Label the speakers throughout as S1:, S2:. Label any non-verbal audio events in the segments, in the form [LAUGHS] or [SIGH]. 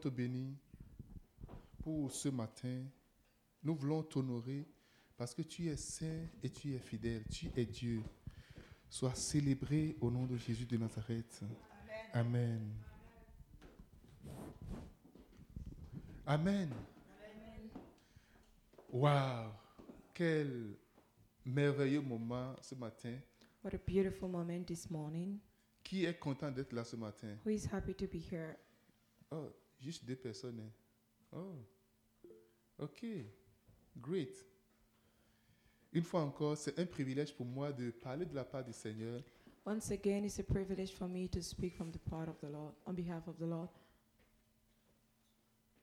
S1: te bénir pour ce matin. Nous voulons t'honorer parce que tu es saint et tu es fidèle. Tu es Dieu. Sois célébré au nom de Jésus de Nazareth. Amen. Amen. Waouh. Quel merveilleux moment ce matin.
S2: What a beautiful moment this morning.
S1: Qui est content d'être là ce matin?
S2: Who is happy to be here?
S1: Oh, juste deux personnes. hein. Oh, ok, great. Une fois encore, c'est un privilège pour moi de parler de la part du Seigneur
S2: Once again, it's a privilege for me to speak from the part of the Lord, on behalf of the Lord,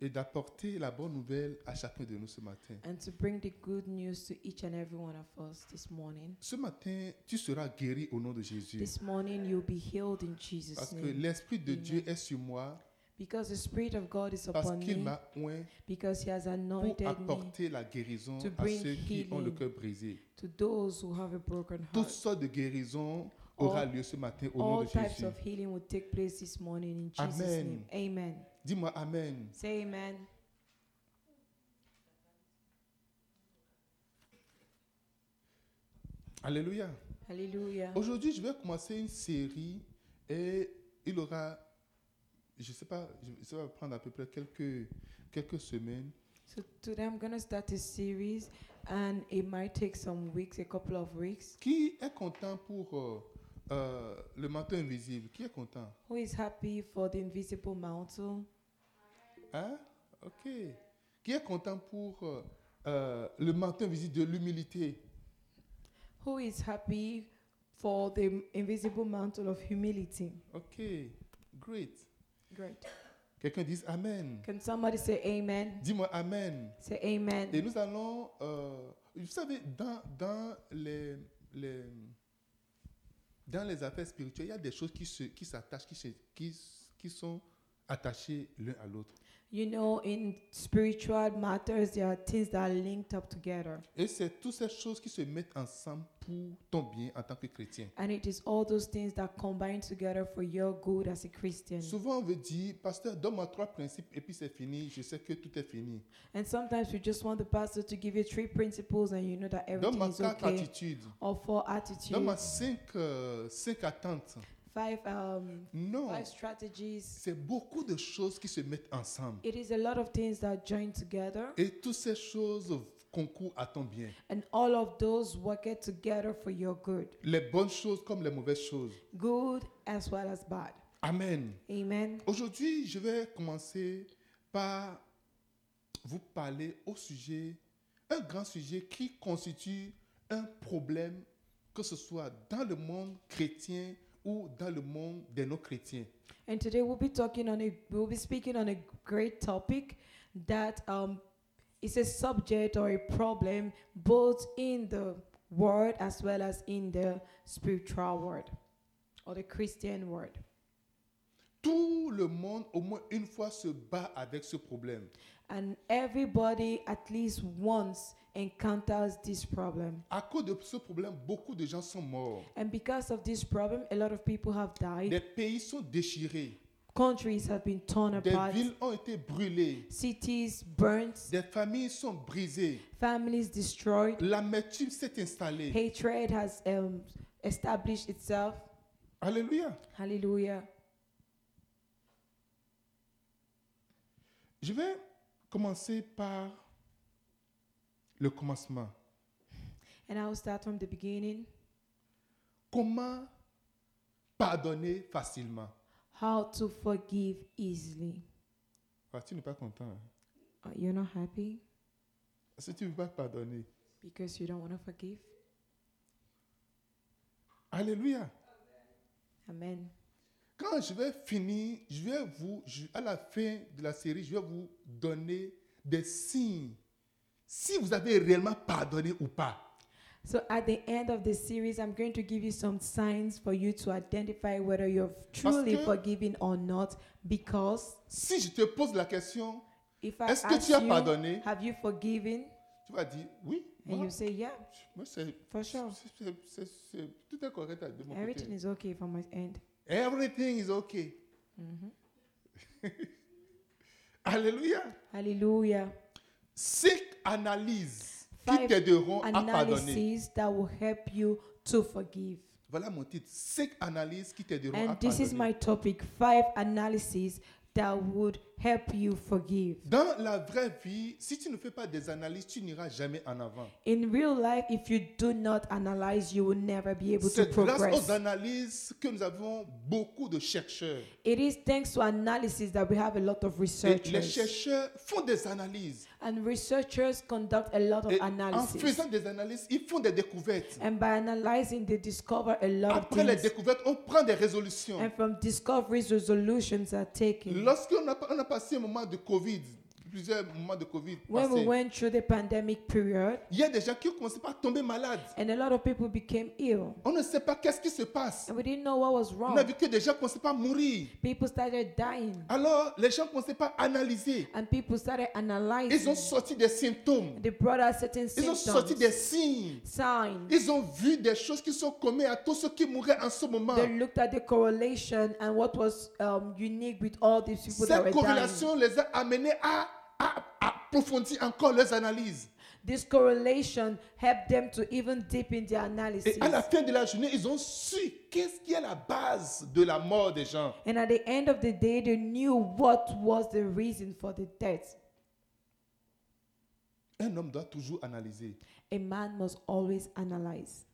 S1: et d'apporter la bonne nouvelle à chacun de nous ce matin.
S2: and to bring the good news to each and every one of us this morning.
S1: Ce matin, tu seras guéri au nom de Jésus.
S2: This morning, you'll be healed in Jesus'
S1: Parce que
S2: name.
S1: l'Esprit de
S2: Amen.
S1: Dieu est sur moi,
S2: Because the Spirit of God is
S1: parce
S2: upon
S1: qu'il
S2: me,
S1: m'a oint
S2: because He has
S1: pour
S2: anointed me
S1: apporter la guérison
S2: to
S1: à
S2: bring
S1: ceux qui ont le
S2: healing.
S1: cœur brisé.
S2: to those who have a broken
S1: Toutes
S2: heart.
S1: sortes de guérisons aura
S2: All-
S1: lieu ce matin au nom
S2: All
S1: de
S2: types
S1: Jésus.
S2: of healing will take place this morning in Jesus'
S1: Amen.
S2: name. Amen.
S1: Dis-moi Amen.
S2: Say amen.
S1: Alléluia.
S2: Hallelujah.
S1: Aujourd'hui, je vais commencer une série et il aura, je ne sais pas, je- ça va prendre à peu près quelques, quelques semaines.
S2: So today I'm gonna start a series, and it might take some weeks, a couple of weeks.
S1: Qui est content pour euh, euh, le manteau invisible Qui est content
S2: Who is happy for the invisible mountain?
S1: Hein Ok. Qui est content pour euh, euh, le manteau invisible de l'humilité
S2: Who is happy for the invisible mantle of humility?
S1: Ok. Great.
S2: Great.
S1: Quelqu'un dise Amen.
S2: Can somebody say amen?
S1: Dis-moi Amen.
S2: Say
S1: Et
S2: amen.
S1: nous allons, euh, vous savez, dans, dans, les, les- dans les affaires spirituelles, il y a des choses qui se- qui s'attachent, qui, se- qui, s- qui sont attachées l'un à l'autre.
S2: You know, in spiritual matters, there are things that are linked up together,
S1: Et c'est toutes ces choses qui se mettent ensemble pour ton bien en tant que chrétien.
S2: and it is all those things that combine together for your good as a Christian.
S1: Souvent, on veut dire, pasteur, donne-moi trois principes et puis c'est fini, je sais que tout est fini.
S2: And sometimes we just want the pastor to give you three principles, and you know that everything
S1: Donne-moi
S2: is
S1: quatre
S2: okay.
S1: attitudes.
S2: or four attitudes,
S1: Donne-moi cinq, euh, cinq attentes.
S2: five um,
S1: Non,
S2: five strategies.
S1: c'est beaucoup de choses qui se mettent ensemble.
S2: It is a lot of things that join together,
S1: Et toutes ces choses concourent à ton bien.
S2: and all of those work it together for your good,
S1: Les bonnes choses comme les mauvaises choses.
S2: good as well as bad.
S1: Amen.
S2: Amen.
S1: Aujourd'hui, je vais commencer par vous parler au sujet, un grand sujet qui constitue un problème, que ce soit dans le monde chrétien ou dans le monde des non-chrétiens.
S2: And today we'll be talking on a we'll be speaking on a great topic that um is a subject or a problem both in the world as well as in the spiritual world or the Christian world.
S1: Tout le monde, au moins une fois, se bat avec ce problème.
S2: And everybody at least once encounters this problem.
S1: À cause de ce problème, beaucoup de gens sont morts.
S2: And because of this problem, a lot of people have died.
S1: Des pays sont déchirés.
S2: Countries have been torn
S1: Des
S2: apart.
S1: villes ont été brûlées.
S2: Cities burnt.
S1: Des familles sont brisées.
S2: Families destroyed.
S1: L'amertume s'est installée.
S2: Hatred has um, established itself.
S1: Alléluia.
S2: Hallelujah.
S1: Je vais commencer par le commencement.
S2: And I'll start from the beginning.
S1: Comment pardonner facilement
S2: How to forgive easily.
S1: Ah, Tu n'es pas content. hein?
S2: Uh, you're not happy
S1: Si tu ne veux pas pardonner.
S2: because you don't want to forgive?
S1: Alléluia.
S2: Amen.
S1: Quand je vais finir, je vais vous, je- à la fin de la série, je vais vous donner des signes. Si vous avez réellement pardonné ou pas.
S2: So at the end of the series, I'm going to give you some signs for you to identify whether you're truly
S1: que-
S2: forgiven or not. Because
S1: Si je te pose la question,
S2: if I
S1: Est-ce
S2: ask
S1: que tu as
S2: you,
S1: pardonné?
S2: have you forgiven?
S1: tu vas dire oui.
S2: And
S1: Moi,
S2: you say, yeah,
S1: moi, c'est-
S2: for sure. Eh
S1: c'est- c'est- c'est- c'est- tout est correct à- de mon côté.
S2: Everything is okay from my end. Mm-hmm.
S1: Everything is okay.
S2: Mhm.
S1: [LAUGHS] Alléluia.
S2: Hallelujah.
S1: Cinq analyses qui
S2: Five
S1: t'aideront à pardonner.
S2: Analysis that will help you to forgive.
S1: Voilà mon titre. Cinq analyses qui t'aideront à
S2: And this is my
S1: pardonner.
S2: topic five analysis that would help you forgive.
S1: Dans la vraie vie, si tu ne fais pas des analyses, tu n'iras jamais en avant.
S2: In real life, if you do not analyze, you will never be able to
S1: C'est grâce
S2: progress.
S1: aux analyses que nous avons beaucoup de chercheurs.
S2: It is thanks to analysis that we have a lot of
S1: Et les
S2: researchers.
S1: chercheurs font des analyses.
S2: And researchers conduct a lot of
S1: Et en
S2: analysis.
S1: faisant des analyses, ils font des découvertes.
S2: And by analyzing, they discover a lot of
S1: Après les
S2: things.
S1: découvertes, on prend des résolutions.
S2: And from discoveries, resolutions are taken.
S1: Lorsqu'on a, on a passé un moment de Covid, plusieurs moments de Covid,
S2: When we
S1: passés,
S2: went through the pandemic period,
S1: il y a des gens qui ont commencé par tomber malades.
S2: and a lot of people became ill,
S1: On ne sait pas qu'est-ce qui se passe.
S2: and we didn't know what was
S1: On a
S2: wrong.
S1: vu que des gens commençaient pas à mourir.
S2: People started dying,
S1: Alors, les gens commençaient pas à analyser.
S2: and people started
S1: Ils ont
S2: analyzing.
S1: sorti des symptômes.
S2: They brought out certain
S1: Ils ont sorti
S2: symptoms,
S1: des signes.
S2: signs.
S1: Ils ont vu des choses qui sont communes à tous ceux qui mouraient en ce moment.
S2: They looked at the correlation and what was um, unique with all these people that
S1: Cette
S2: were dying.
S1: corrélation les a amenés à, à- à approfondir encore leurs analyses.
S2: This correlation helped them to even deepen their analysis.
S1: Et à la fin de la journée, ils ont su qu'est-ce qui est la base de la mort des gens.
S2: And at the end of the day, they knew what was the reason for the death.
S1: Un homme doit toujours analyser.
S2: A man must always analyze.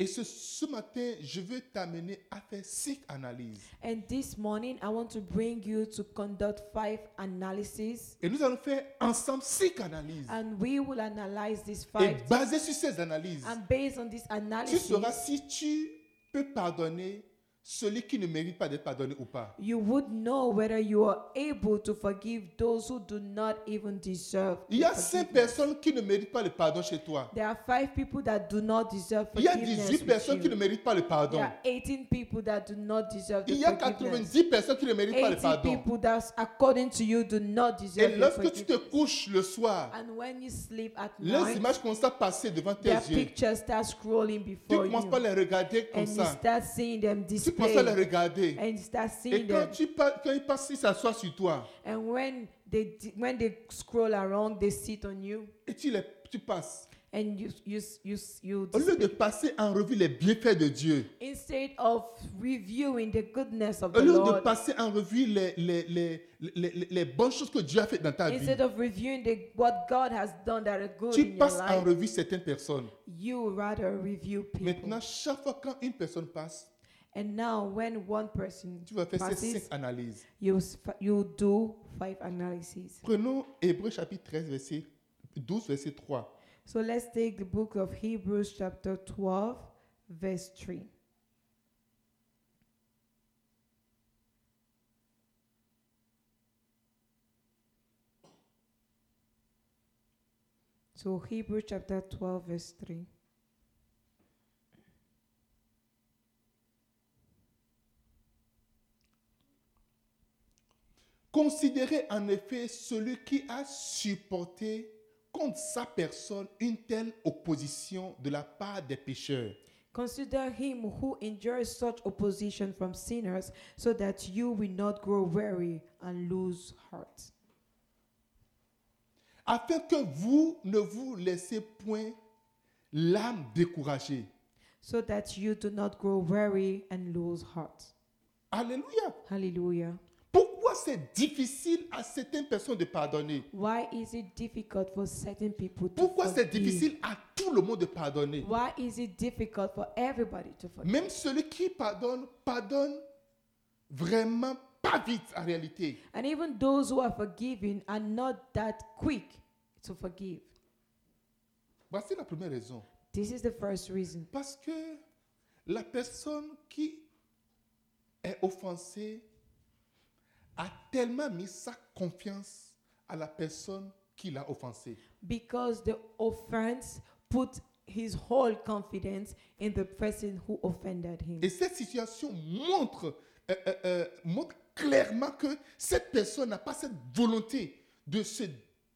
S1: Et ce, ce matin, je veux t'amener à faire cinq analyses.
S2: And this morning, I want to bring you to conduct five analyses,
S1: Et nous allons faire ensemble cinq analyses.
S2: and we will analyze these
S1: Et
S2: five.
S1: basé sur ces analyses,
S2: And based on this
S1: tu
S2: analysis,
S1: sauras si tu peux pardonner celui qui ne mérite pas d'être pardonné ou pas.
S2: you would know whether you are able to forgive those who do not even deserve.
S1: Il y a
S2: the
S1: cinq
S2: forgiveness.
S1: personnes qui ne méritent pas le pardon chez toi.
S2: There are five people that do not deserve
S1: Il y a
S2: forgiveness.
S1: 18
S2: with
S1: personnes
S2: you.
S1: qui ne méritent pas le
S2: There
S1: pardon.
S2: are 18 people that do not deserve the
S1: Il y a
S2: forgiveness.
S1: 90 personnes qui ne méritent pas le
S2: 80
S1: pardon.
S2: people that, according to you, do not
S1: Et
S2: deserve your
S1: lorsque tu te
S2: forgiveness.
S1: couches le soir,
S2: And when you sleep at
S1: les
S2: night,
S1: images commencent à passer devant tes
S2: their
S1: yeux.
S2: pictures start scrolling
S1: Tu
S2: before
S1: commences pas à les
S2: you.
S1: regarder comme
S2: And you
S1: ça.
S2: start seeing them
S1: Tu commences à les
S2: displayed.
S1: regarder.
S2: And you start
S1: Et
S2: seeing
S1: quand,
S2: them.
S1: tu pas- quand ils passent, ils s'assoient sur toi.
S2: And when they di- when they scroll around, they sit on you.
S1: Et tu, les, tu passes.
S2: And you you you you.
S1: Au lieu
S2: dis-
S1: de passer en revue les bienfaits de Dieu,
S2: Instead of reviewing the goodness of
S1: au
S2: the
S1: lieu de
S2: Lord,
S1: passer en revue les, les, les, les, les- les bonnes choses que Dieu a faites dans ta vie,
S2: instead of reviewing the, what God has done that are good
S1: tu
S2: in your
S1: passes en
S2: life,
S1: revue certaines personnes.
S2: you rather review people.
S1: Maintenant, chaque fois quand une personne passe,
S2: And now, when one person
S1: tu vas faire ces cinq
S2: passes,
S1: analyses.
S2: you s- you do five analyses.
S1: Prenons Hébreu chapitre 13, verset 12, verset 3.
S2: So let's take the book of Hebrews, chapter 12, verse 3. So, Hebrews chapter 12, verse 3.
S1: Considérez en effet celui qui a supporté contre sa personne une telle opposition de la part des pécheurs,
S2: Consider him who endures such opposition from sinners, so that you will not grow weary and lose heart.
S1: afin que vous ne vous laissez point l'âme découragée.
S2: so that you do not grow weary and lose heart.
S1: Alléluia.
S2: Hallelujah.
S1: Pourquoi c'est difficile à certaines personnes de pardonner
S2: Why is it difficult for certain people to
S1: Pourquoi c'est
S2: forgive?
S1: difficile à tout le monde de pardonner
S2: Why is it difficult for everybody to forgive?
S1: Même celui qui pardonne, pardonne vraiment pas vite en réalité.
S2: And even those who are forgiving are not that quick to forgive.
S1: Voici la première raison.
S2: This is the first reason.
S1: Parce que la personne qui est offensée a tellement mis sa confiance à la personne qui l'a offensée.
S2: Because the offense put his whole confidence in the person who offended him.
S1: Et cette situation montre, euh, euh, euh, montre clairement que cette personne n'a pas cette volonté de se,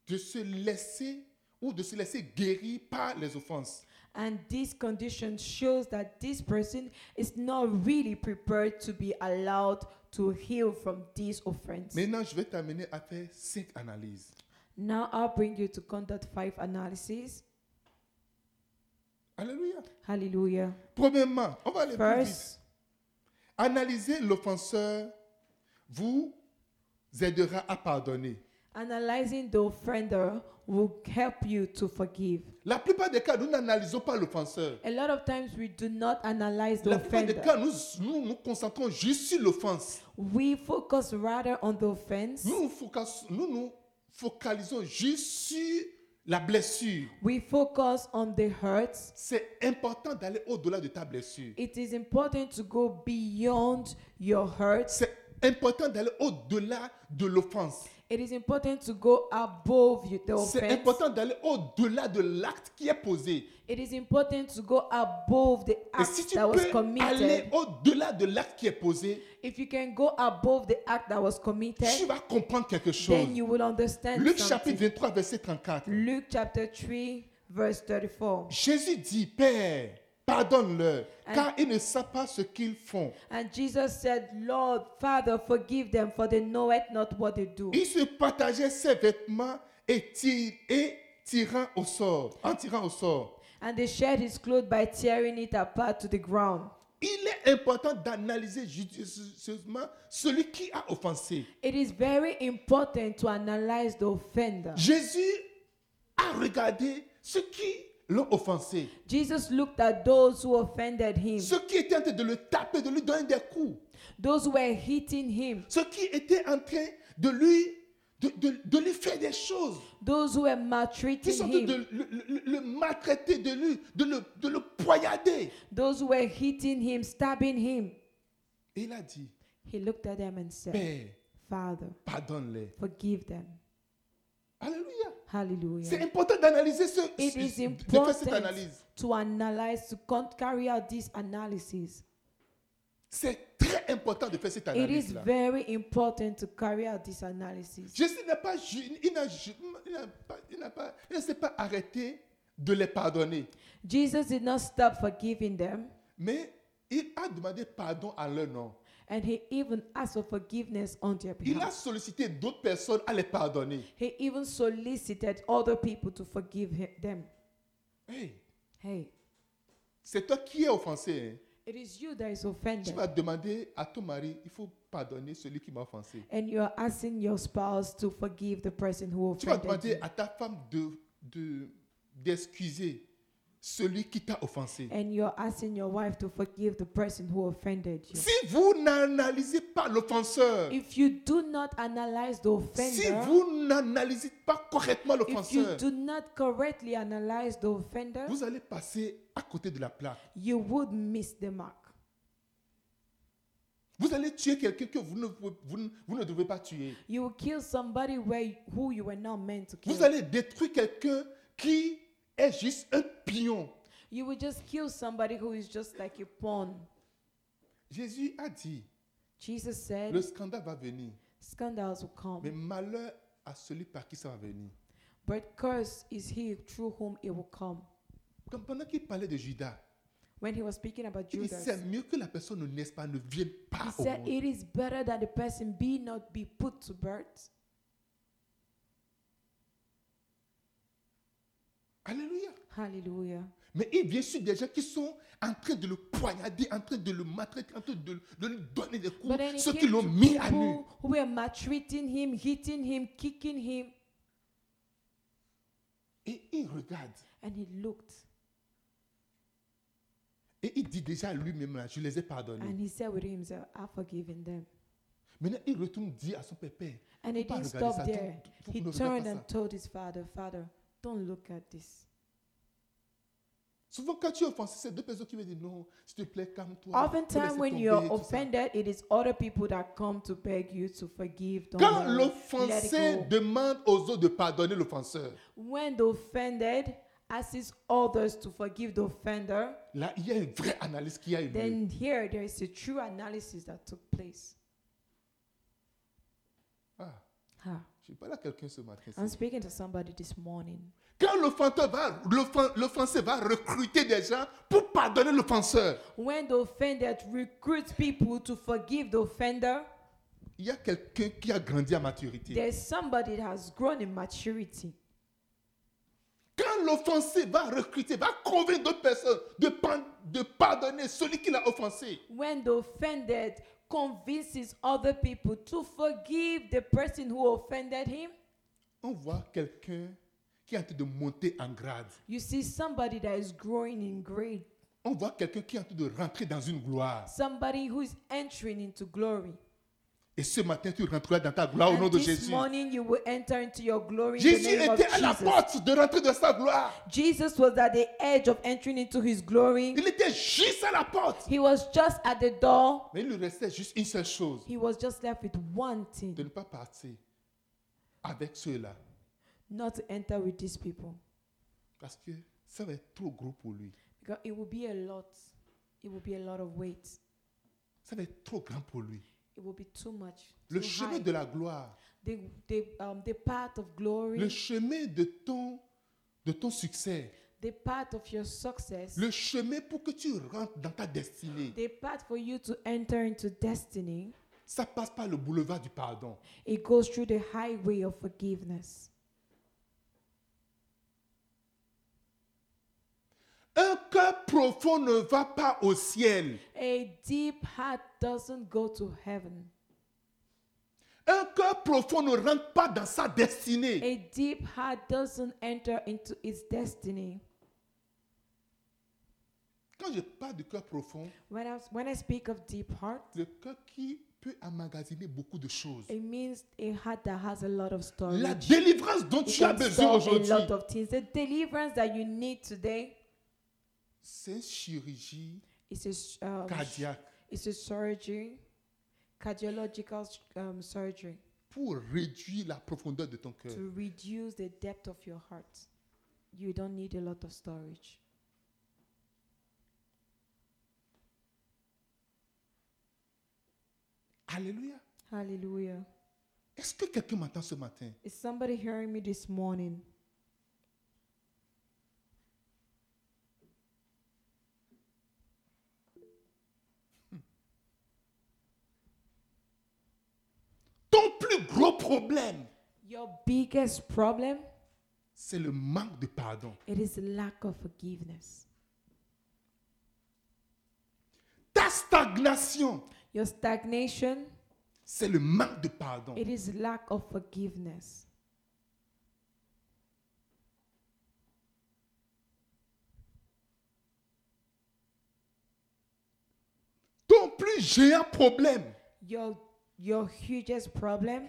S1: de se laisser ou de se laisser guérir par les offenses.
S2: And this condition shows that this person is not really prepared to be allowed to heal from these offense.
S1: Maintenant, je vais t'amener à faire cinq analyses.
S2: Now I'll bring you to conduct five analysis.
S1: Alléluia.
S2: Hallelujah.
S1: Premièrement, on va aller plus vite.
S2: First,
S1: Analyser l'offenseur vous aidera à pardonner.
S2: analyzing the offender will help you to forgive.
S1: La plupart des cas, nous n'analysons pas l'offenseur.
S2: A lot of times we do not analyze the
S1: La plupart des cas,
S2: offender.
S1: nous nous, nous concentrons juste sur l'offense.
S2: We focus rather on the offense.
S1: Nous nous, focus- nous nous focalisons juste sur la blessure.
S2: We focus on the hurts.
S1: C'est important d'aller au-delà de ta blessure.
S2: It is important to go beyond your hurts.
S1: C'est important d'aller au-delà de l'offense.
S2: It is important to go above you- the
S1: C'est
S2: offense.
S1: important d'aller au-delà de l'acte qui est posé.
S2: It is important to go above the
S1: Et
S2: act
S1: si tu
S2: that was
S1: peux aller
S2: committed.
S1: au-delà de l'acte qui est posé,
S2: If you can go above the act that was
S1: tu
S2: committed,
S1: vas comprendre quelque chose.
S2: then you will understand
S1: Luc
S2: something. Mm.
S1: chapitre 23, verset 34.
S2: Luke chapter 3, verse 34.
S1: Jésus dit, Père, pardonne-leur,
S2: And-
S1: car ils ne savent pas ce qu'ils font.
S2: And Jesus said, Lord, Father, forgive them, for they know it not what they do.
S1: Il se partageait ses vêtements et, tir- et tirant au sort, en tirant au sort.
S2: And they shared his clothes by tearing it apart to the ground.
S1: Il est important d'analyser judicieusement celui qui a offensé.
S2: It is very important to analyze the offender.
S1: Jésus a regardé ceux qui l'ont offensé,
S2: Jesus looked at those who offended him,
S1: ceux qui étaient en train de le taper, de lui donner des coups,
S2: those who were hitting him,
S1: ceux qui étaient en train de lui, de, de- de lui faire des choses,
S2: those who were
S1: qui sont en train
S2: maltreating
S1: de
S2: him,
S1: le, le- le- le maltraiter, de, lui, de, le, de le poignarder.
S2: those who were hitting him, stabbing him.
S1: Et il a dit,
S2: He looked at them and said,
S1: Père,
S2: Father,
S1: pardonne-les.
S2: forgive them.
S1: Alléluia. C'est
S2: Hallelujah.
S1: important d'analyser ce,
S2: It is
S1: de faire cette
S2: important
S1: analyse.
S2: to analyze, to con- carry out this analysis.
S1: C'est très important de faire cette
S2: It is
S1: analyse.
S2: very important to carry out this analysis.
S1: Jésus n'a pas, ju- il n'a ju- il n'a pas, il n'a pas- il ne s'est pas arrêté de les pardonner,
S2: Jesus did not stop forgiving them,
S1: mais il a demandé pardon à leur nom.
S2: and he even asked for forgiveness on their
S1: Il a
S2: behalf.
S1: sollicité d'autres personnes à les pardonner.
S2: He even solicited other people to forgive he- them.
S1: Hey,
S2: Hey,
S1: c'est toi qui es offensé. hein.
S2: it is you that is
S1: Tu
S2: offended,
S1: vas demander à ton mari, il faut pardonner celui qui m'a offensé.
S2: and you are asking your spouse to forgive the person who
S1: Tu vas
S2: offended
S1: demander
S2: you,
S1: à ta femme de de- d'excuser celui qui t'a offensé.
S2: and you are asking your wife to forgive the person who offended you.
S1: Si vous n'analysez pas l'offenseur,
S2: If you do not analyze the
S1: si
S2: offender,
S1: vous n'analysez pas correctement
S2: if you
S1: l'offenseur,
S2: do not correctly analyze the offender,
S1: vous allez passer à côté de la plaque.
S2: you would miss the mark.
S1: Vous allez tuer quelqu'un que vous ne, pouvez- vous, ne- vous ne devez pas tuer.
S2: You will kill somebody where you- who you were not meant to
S1: Vous
S2: kill.
S1: allez détruire quelqu'un qui est juste un pion.
S2: You will just kill somebody who is just like a pawn.
S1: Jésus a dit,
S2: Jesus
S1: le
S2: said,
S1: scandale va venir,
S2: scandals will
S1: mais
S2: come,
S1: malheur à celui par qui ça va venir.
S2: but curse is he through whom it will come.
S1: Comme pendant qu'il parlait de Judas,
S2: When he was speaking about
S1: il dit,
S2: Judas,
S1: c'est
S2: he
S1: mieux que la personne ne naisse pas, ne vienne pas au
S2: said,
S1: monde.
S2: it is better that the person be not be put to birth.
S1: Alléluia.
S2: Hallelujah.
S1: Mais il vient sur des gens qui sont en train de le poignarder, en train de le maltraiter, en train de, de lui donner des coups,
S2: But then
S1: ceux
S2: he
S1: qui
S2: came
S1: l'ont
S2: to
S1: mis à nu.
S2: people who were maltreating him, hitting him, kicking him,
S1: Et il regarde.
S2: and he looked
S1: Et il dit déjà à lui-même, là, je les ai pardonnés.
S2: and he said within himself, I've forgiven them.
S1: Maintenant, il retourne dire à son père, Père,
S2: And
S1: faut
S2: he
S1: pas
S2: didn't
S1: regarder ça.
S2: stop there.
S1: tu- tu-
S2: He
S1: ne regarde
S2: turned
S1: pas
S2: and
S1: ça.
S2: told his father, Father, don't look at this.
S1: Souvent, quand tu es offensé, c'est deux personnes qui me disent, non, s'il te plaît, calme-toi. faut
S2: Oftentimes,
S1: laisser
S2: when
S1: tomber,
S2: you're
S1: tout ça.
S2: offended, it is other people that come to beg you to forgive. Don't
S1: Quand
S2: worry, let it
S1: l'offensé
S2: go.
S1: demande aux autres de pardonner l'offenseur,
S2: When the offended asks others to forgive the offender,
S1: là, il y a une vraie analyse qui a eu lieu.
S2: then here there is a true analysis that took place.
S1: Ah,
S2: Ah,
S1: je parle à quelqu'un ce matin.
S2: I'm speaking to somebody this morning.
S1: Quand l'offenseur va, l'offen- l'offensé va recruter des gens pour pardonner l'offenseur,
S2: When the offended recruits people to forgive the offender,
S1: il y a quelqu'un qui a grandi à maturité.
S2: There's somebody that has grown in maturity.
S1: Quand l'offensé va recruter, va convaincre d'autres personnes de, pan- de pardonner celui qui l'a offensé,
S2: When the offended convinces other people to forgive the person who offended him,
S1: on voit quelqu'un qui est en train de monter en grade.
S2: you see somebody that is growing in grade,
S1: On voit quelqu'un qui est en train de rentrer dans une gloire.
S2: somebody who is entering into glory.
S1: Et ce matin, tu rentreras dans ta gloire au nom
S2: And
S1: de
S2: this
S1: Jésus.
S2: morning you will enter into your glory. in the
S1: Jésus
S2: name of
S1: était à la
S2: Jesus.
S1: porte de rentrer dans sa gloire.
S2: Jesus was at the edge of entering into his glory.
S1: Il était juste à la porte.
S2: He was just at the door.
S1: Mais il lui restait juste une seule chose,
S2: He was just left with one
S1: de
S2: thing
S1: ne pas partir avec ceux-là.
S2: not to enter with these people.
S1: Parce que ça va être trop gros pour lui.
S2: Because it will be a lot. It will be a lot of weight.
S1: Ça va être trop grand pour lui.
S2: It will be too much.
S1: Le
S2: too
S1: chemin
S2: high.
S1: de la gloire,
S2: the, the, um, the path of glory,
S1: le chemin de ton, de ton succès,
S2: the path of your success,
S1: le chemin pour que tu rentres dans ta destinée,
S2: the path for you to enter into destiny,
S1: ça passe par le boulevard du pardon.
S2: it goes through the highway of forgiveness.
S1: Un cœur profond ne va pas au ciel.
S2: A deep heart doesn't go to heaven.
S1: Un cœur profond ne rentre pas dans sa destinée.
S2: A deep heart doesn't enter into its destiny.
S1: Quand je parle du cœur profond,
S2: When I, when I speak of deep heart,
S1: le cœur qui peut emmagasiner beaucoup de choses.
S2: it means a heart that has a lot of storage.
S1: La délivrance dont
S2: It
S1: tu as
S2: can
S1: besoin
S2: store a
S1: aujourd'hui,
S2: lot of things. The deliverance that you need today
S1: c'est une chirurgie
S2: is a sh- um,
S1: cardiaque
S2: It's a surgery, cardiological s- um, surgery,
S1: pour réduire la profondeur de ton cœur.
S2: to reduce the depth of your heart. You don't need a lot of storage.
S1: Alléluia.
S2: Hallelujah.
S1: Est-ce que quelqu'un m'entend ce matin?
S2: Is somebody hearing me this morning?
S1: Ton plus gros problème,
S2: Your biggest problem
S1: c'est le manque de pardon.
S2: it is lack of forgiveness.
S1: Ta stagnation,
S2: Your stagnation
S1: c'est le manque de pardon.
S2: it is lack of forgiveness.
S1: Ton plus géant problème,
S2: Your your hugest problem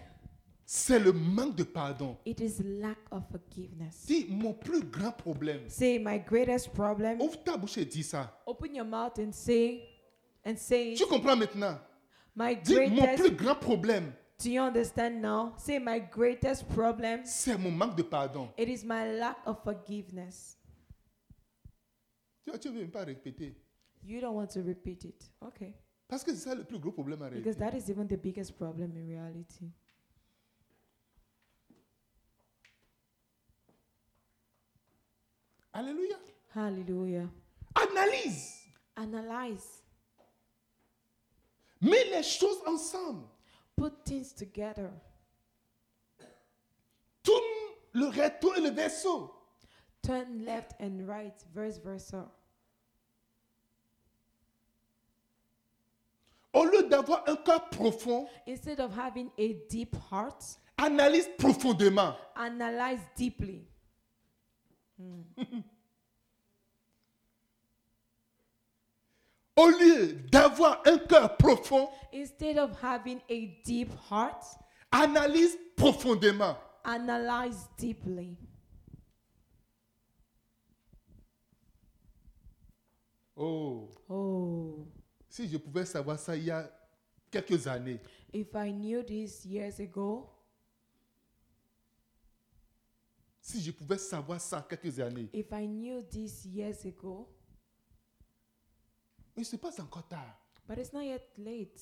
S1: c'est le manque de pardon.
S2: it is lack of forgiveness.
S1: Dis, mon plus grand problème.
S2: Say my greatest problem.
S1: Ouvre ta bouche et dis ça.
S2: Open your mouth and say and say
S1: Tu comprends maintenant?
S2: my
S1: Dis, mon
S2: greatest
S1: plus grand problème,
S2: Do you understand now? Say, my greatest problem,
S1: c'est mon manque de pardon.
S2: it is my lack of forgiveness.
S1: Tu ne veux même pas répéter.
S2: You don't want to repeat it. Okay.
S1: Parce que c'est ça le plus gros problème en
S2: Because
S1: réalité.
S2: that is even the biggest problem in reality.
S1: Alléluia.
S2: Hallelujah.
S1: Analyse.
S2: Analyze.
S1: Mets les choses ensemble.
S2: Put things together.
S1: Tourne le retour et le vaisseau.
S2: Turn left and right, vice versa.
S1: Au lieu d'avoir un cœur profond,
S2: Instead of having a deep heart,
S1: analyse profondément.
S2: analyze deeply.
S1: Au lieu d'avoir un cœur profond,
S2: Instead of having a deep heart,
S1: analyse profondément.
S2: analyze deeply.
S1: Oh,
S2: Oh,
S1: si je pouvais savoir ça il y a quelques années,
S2: if I knew this years ago,
S1: si je pouvais savoir ça quelques années,
S2: If I knew this years ago,
S1: mais ce n'est pas encore tard.
S2: but it's not yet late.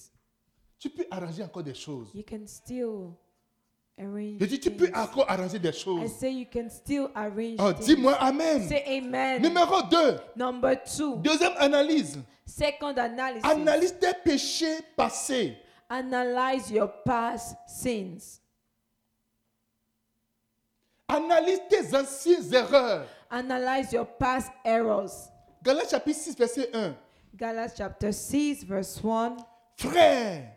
S1: Tu peux arranger encore des choses.
S2: You can still arrange.
S1: Je dis, tu peux
S2: things.
S1: encore arranger des
S2: I
S1: choses.
S2: say you can still arrange.
S1: Oh,
S2: things.
S1: dis-moi Amen.
S2: Say amen.
S1: Numéro 2.
S2: Number two,
S1: Deuxième analyse.
S2: second analysis.
S1: Analyse tes péchés passés.
S2: Analyze your past sins.
S1: Analyse tes anciennes erreurs.
S2: Analyze your past errors.
S1: Galates chapitre 6, verset 1.
S2: Galatians chapter 6, verse 1.
S1: Frère,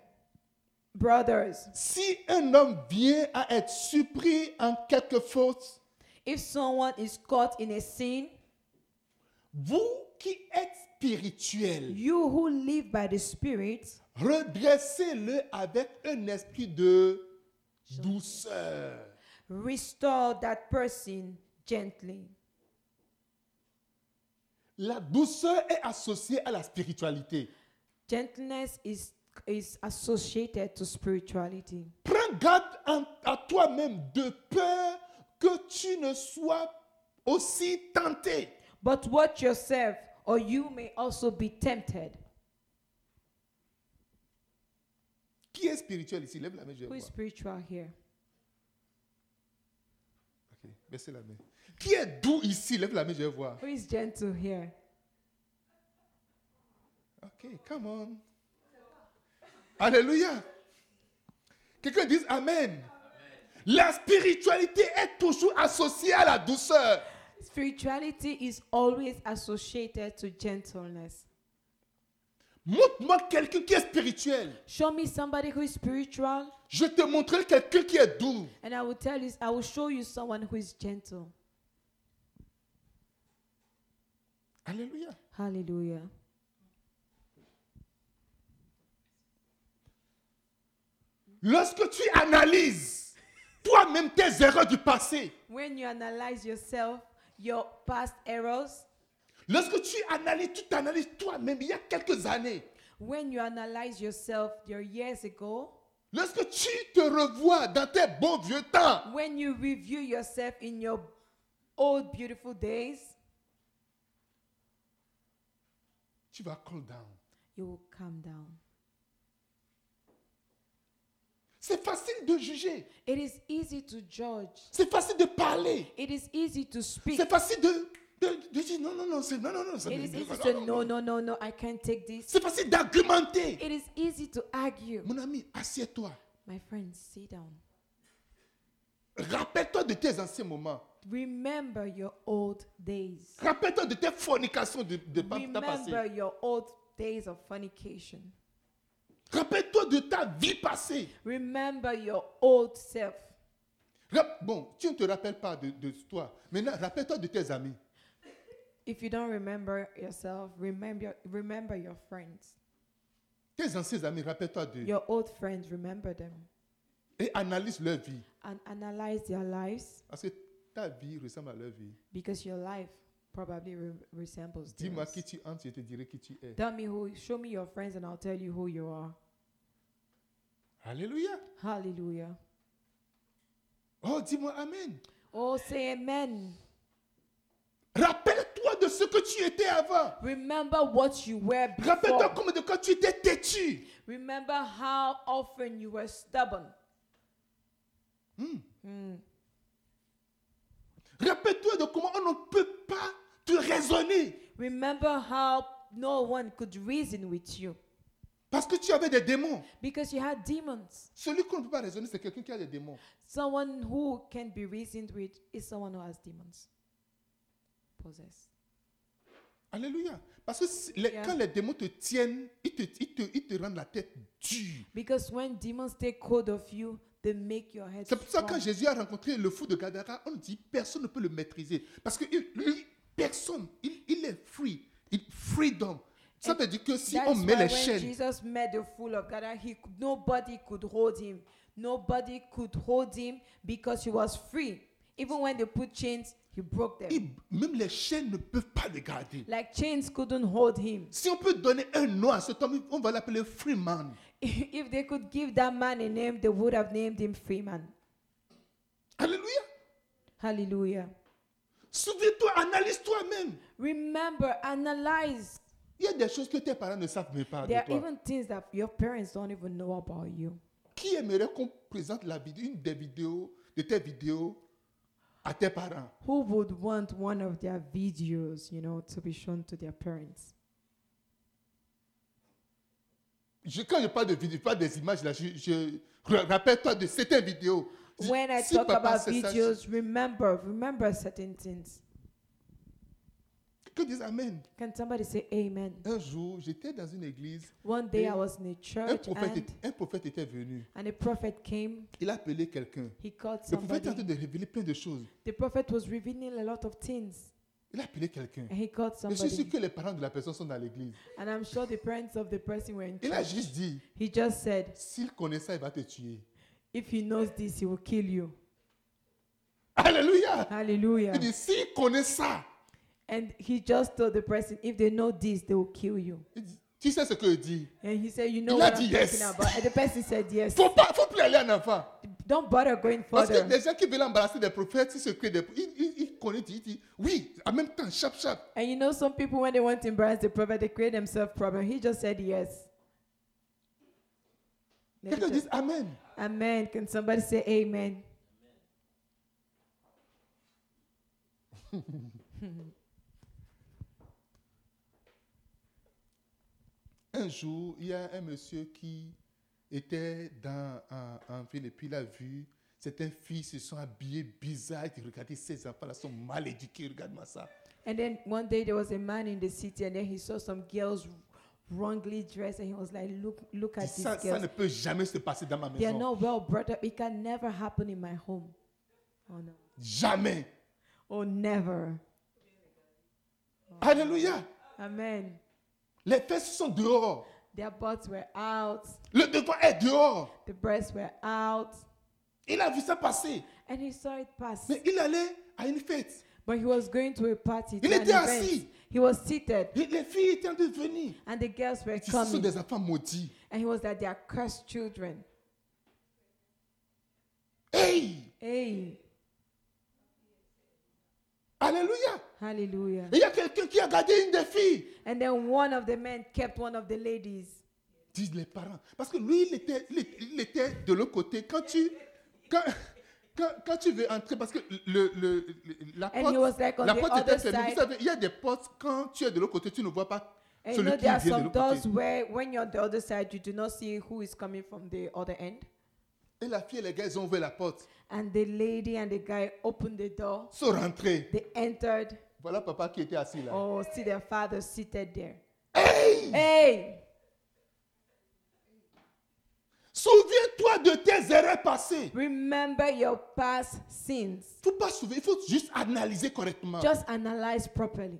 S2: Brothers,
S1: si un homme vient à être surpris en quelque faute,
S2: if someone is caught in a sin,
S1: vous qui êtes spirituel,
S2: you who live by the Spirit,
S1: redressez-le avec un esprit de douceur.
S2: restore that person gently.
S1: La douceur est associée à la spiritualité.
S2: Gentleness is, is associated to spirituality.
S1: Prends garde en- à toi-même de peur que tu ne sois aussi tenté.
S2: But watch yourself, or you may also be tempted.
S1: Qui est spirituel ici Lève la main, je vais
S2: Who is
S1: voir.
S2: spiritual here?
S1: Ok, baissez la main. Qui est doux ici Lève la main, je vais voir.
S2: Who is gentle here?
S1: Ok, come on. Alléluia. Quelqu'un dise Amen. La spiritualité est toujours associée à la douceur.
S2: Spirituality is always associated to gentleness.
S1: Montre-moi quelqu'un qui est spirituel.
S2: Show me somebody who is spiritual,
S1: Je te montrerai quelqu'un qui est doux.
S2: and I will tell you, I will show you someone who is gentle.
S1: Alléluia.
S2: Hallelujah.
S1: Lorsque tu analyses toi-même tes erreurs du passé,
S2: When you analyze yourself, your past errors,
S1: lorsque tu analyses, tu t'analyses toi-même il y a quelques années,
S2: when you analyze yourself your years ago,
S1: lorsque tu te revois dans tes bons vieux temps,
S2: when you review yourself in your old beautiful days,
S1: tu vas call down.
S2: you will calm down.
S1: C'est facile de juger,
S2: It is easy to judge.
S1: c'est facile de parler,
S2: It is easy to speak.
S1: c'est facile de, de- de dire non, non, non, c'est non, non, non, c'est
S2: It
S1: non,
S2: is
S1: non,
S2: easy to
S1: non,
S2: say,
S1: non,
S2: no,
S1: non.
S2: no, no, no, I can't take this.
S1: C'est facile d'argumenter.
S2: It is easy to argue.
S1: Mon ami, assieds-toi.
S2: My friends, sit down.
S1: Rappelle-toi de tes anciens moments.
S2: Remember your old days.
S1: Rappelle-toi de tes fornications de, de pa- ta passée.
S2: Remember your old days of fornication.
S1: Rappelle-toi de ta vie passée.
S2: Remember your old self.
S1: Rap- Bon, tu ne te rappelles pas de, de toi. Maintenant, rappelle-toi de tes amis.
S2: If you don't remember yourself, remember remember your friends.
S1: Tes anciens amis, rappelle-toi d'eux.
S2: Your old friends, remember them
S1: Et analyse leur vie.
S2: and analyze their lives
S1: Parce que ta vie ressemble à leur vie.
S2: because your life probably re- resembles theirs.
S1: Dis-moi qui tu entres, je te dirai qui tu es.
S2: Tell me who, show me your friends, and I'll tell you who you are.
S1: Alléluia.
S2: Hallelujah.
S1: Oh, dis-moi Amen.
S2: Oh, say amen.
S1: Rappelle-toi de ce que tu étais avant.
S2: Remember what you were
S1: Rappelle-toi
S2: before.
S1: comment de quand tu étais têtu.
S2: Remember how often you were stubborn.
S1: Hmm.
S2: Mm.
S1: Rappelle-toi de comment on ne peut pas te raisonner.
S2: Remember how no one could reason with you
S1: Parce que tu avais des démons.
S2: because you had demons.
S1: Celui qu'on ne peut pas raisonner, c'est quelqu'un qui a des démons.
S2: Someone who can be reasoned with is someone who has demons. Possess.
S1: Alléluia. Parce que si- les-
S2: Yeah.
S1: quand les démons te tiennent, ils te, ils te, ils te rendent la tête dure.
S2: Because when demons take hold of you, they make your head
S1: C'est pour ça que quand
S2: strong.
S1: Jésus a rencontré le fou de Gadara, on dit personne ne peut le maîtriser. Parce que il- lui, personne, il, il est free. Il, freedom. Ça
S2: Et
S1: veut dire que si
S2: That
S1: on
S2: is
S1: met
S2: why
S1: "Oh, les
S2: when
S1: chaînes,
S2: Jesus met the fool of Gadara, he could, nobody could hold him. Nobody could hold him because he was free. Even when they put chains, he broke them.
S1: il- même les chaînes ne peuvent pas le garder.
S2: like chains couldn't hold him. [LAUGHS]
S1: Si on peut donner un nom à cet homme, on va l'appeler free man.
S2: if they could give that man a name, they would have named him Freeman.
S1: Alléluia.
S2: Hallelujah.
S1: Souviens-toi, analyse toi-même.
S2: Remember, analyze.
S1: Il y a des choses que tes parents ne savent même pas de
S2: There are
S1: toi.
S2: even things that your parents don't even know about you.
S1: Qui aimerait qu'on présente la vidéo, une des vidéos, de tes vidéos à tes parents
S2: Who would want one of their videos, you know, to be shown to their parents?
S1: Je- quand je parle de vidéos, je parle des images là, je, je- ra- rappelle-toi de certaines vidéos. Si-
S2: When I
S1: si
S2: talk
S1: papa
S2: about
S1: sait ça,
S2: videos, remember, remember certain things.
S1: que Dieu amène.
S2: Can somebody say amen?
S1: Un jour, j'étais dans une église,
S2: One day I
S1: Et
S2: was in a
S1: un
S2: church
S1: prophète,
S2: and,
S1: est- un prophète était venu.
S2: and a prophet came.
S1: Il a appelé quelqu'un.
S2: He called
S1: Le prophète est en train
S2: somebody.
S1: de révéler plein de choses.
S2: The prophet was revealing a lot of things
S1: Il a appelé quelqu'un.
S2: and he called
S1: Je suis sûr
S2: Eh, somebody.
S1: que les parents de la personne sont dans l'église.
S2: And I'm sure the parents of the person were in
S1: Il a
S2: church.
S1: juste dit,
S2: He just said,
S1: s'il connaît ça, il va te tuer.
S2: if he knows this, he will kill you.
S1: Alléluia.
S2: Ah. Hallelujah.
S1: Il dit, s'il connaît ça,
S2: And he just told the person, if they know this, they will kill you.
S1: il dit, tu sais ce que je dis.
S2: And he said, you know
S1: Il a
S2: what I'm
S1: dit
S2: talking
S1: yes.
S2: about. And the person said yes.
S1: Faut pas, faut plus aller en avant.
S2: Don't bother going
S1: Parce
S2: further.
S1: que les gens qui veulent embrasser des prophètes, ils se créent des. Ils, ils, ils connaissent, ils disent oui, en même temps, chap chap.
S2: And you know, some people, when they want to embarrass the prophet, they create themselves problem. He just said yes. Let me
S1: Quelqu'un
S2: just-
S1: dit Amen.
S2: Amen. Can somebody say amen?
S1: Un jour, il y a un monsieur qui était dans, en, en Philippines, il a vu certaines filles se sont habillées bizarres. Il regardait ces enfants-là, sont mal éduqués, regarde-moi ça.
S2: And then one day there was a man in the city, and then he saw some girls wrongly dressed, and he was like, "Look, look
S1: Il dit,
S2: at these
S1: Ça, ça ne
S2: girls.
S1: peut jamais se passer dans ma
S2: They are
S1: maison.
S2: not well brought up. It can never happen in my home. Oh no.
S1: Jamais.
S2: Oh never.
S1: Alléluia.
S2: Amen.
S1: Les fesses sont dehors.
S2: Their butts were out.
S1: Le devant est dehors.
S2: The breasts were out,
S1: Il a vu ça passer.
S2: and he saw it pass.
S1: Mais il allait à une fête.
S2: But he was going to a party.
S1: Il
S2: to an
S1: était
S2: event.
S1: assis.
S2: He was seated,
S1: Et les filles étaient en train de venir.
S2: and the girls were
S1: Ce sont
S2: coming,
S1: des enfants maudits.
S2: and he was like, "They are cursed children."
S1: Hey!
S2: Hey,
S1: Alléluia!
S2: hallelujah!
S1: Et il y a quelqu'un qui a gardé une des filles.
S2: And then one of the men kept one of the ladies.
S1: Disent les parents. Parce que lui, il était, il était- il était de l'autre côté. Quand tu, quand, quand, quand tu veux entrer, parce que le, le, le- la
S2: And
S1: porte,
S2: he was like on
S1: la
S2: the
S1: porte était
S2: other
S1: fermée. Vous
S2: side.
S1: savez, il y a des portes, quand tu es de l'autre côté, tu ne vois pas
S2: And you
S1: celui
S2: know,
S1: qui
S2: there
S1: vient
S2: are
S1: de
S2: some
S1: l'autre côté.
S2: doors where, when you're on the other side, you do not see who is coming from the other end.
S1: Et la fille et les gars, ils ont ouvert la porte.
S2: And the lady and the guy opened the door.
S1: Ils sont rentrés.
S2: They entered.
S1: Voilà papa qui était assis là.
S2: Oh, see their father seated there.
S1: Hey!
S2: Hey,
S1: Souviens-toi de tes erreurs passées.
S2: remember your past sins.
S1: Il ne faut pas souvenir, il faut juste analyser correctement.
S2: Just analyze properly.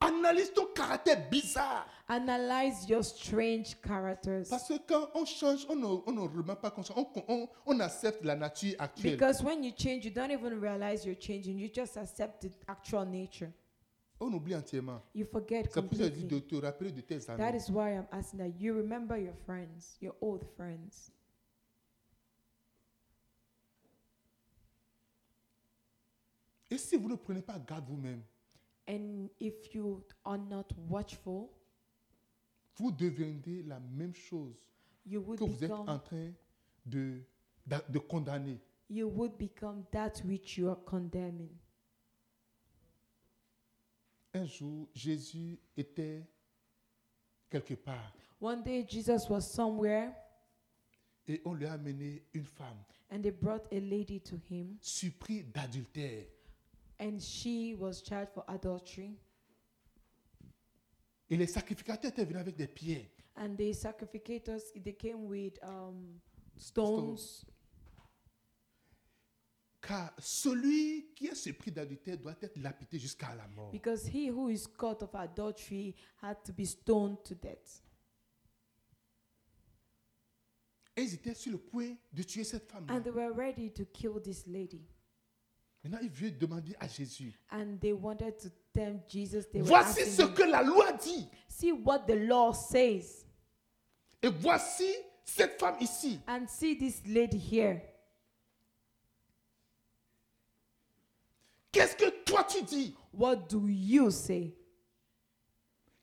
S1: Analyse ton caractère bizarre.
S2: Analyze your strange characters.
S1: Parce que quand on change, on ne, on ne remet pas conscience. On, on, on accepte la nature actuelle.
S2: Because when you change, you don't even realize you're changing. You just accept the actual nature.
S1: on oublie entièrement.
S2: You forget
S1: C'est pour ça que je dis de
S2: completely.
S1: te rappeler de tes
S2: That
S1: amis.
S2: is why I'm asking that you remember your friends, your old friends.
S1: Et si vous ne prenez pas garde vous-même,
S2: And if you are not watchful,
S1: vous deviendrez la même chose
S2: you would
S1: que vous êtes en
S2: become
S1: train de, de, de condamner.
S2: you would become that which you are condemning.
S1: Un jour, Jésus était quelque part
S2: One day Jesus was somewhere
S1: et on lui a amené une femme
S2: and they brought a lady to him
S1: surpris d'adultère.
S2: and she was charged for adultery.
S1: Et les sacrificateurs étaient venus avec des pierres.
S2: And the sacrificators they came with um, stones
S1: Car celui qui est surpris d'adultère doit être lapidé jusqu'à la mort.
S2: because he who is caught of adultery had to be stoned to death.
S1: Et ils étaient sur le point de tuer cette femme.
S2: And they were ready to kill this lady.
S1: Maintenant, ils veulent demander à Jésus.
S2: And they wanted to tempt Jesus. They were
S1: Voici
S2: asking
S1: ce
S2: him,
S1: que la loi dit.
S2: See what the law says.
S1: Et voici cette femme ici.
S2: And see this lady here.
S1: Qu'est-ce que toi tu dis
S2: What do you say?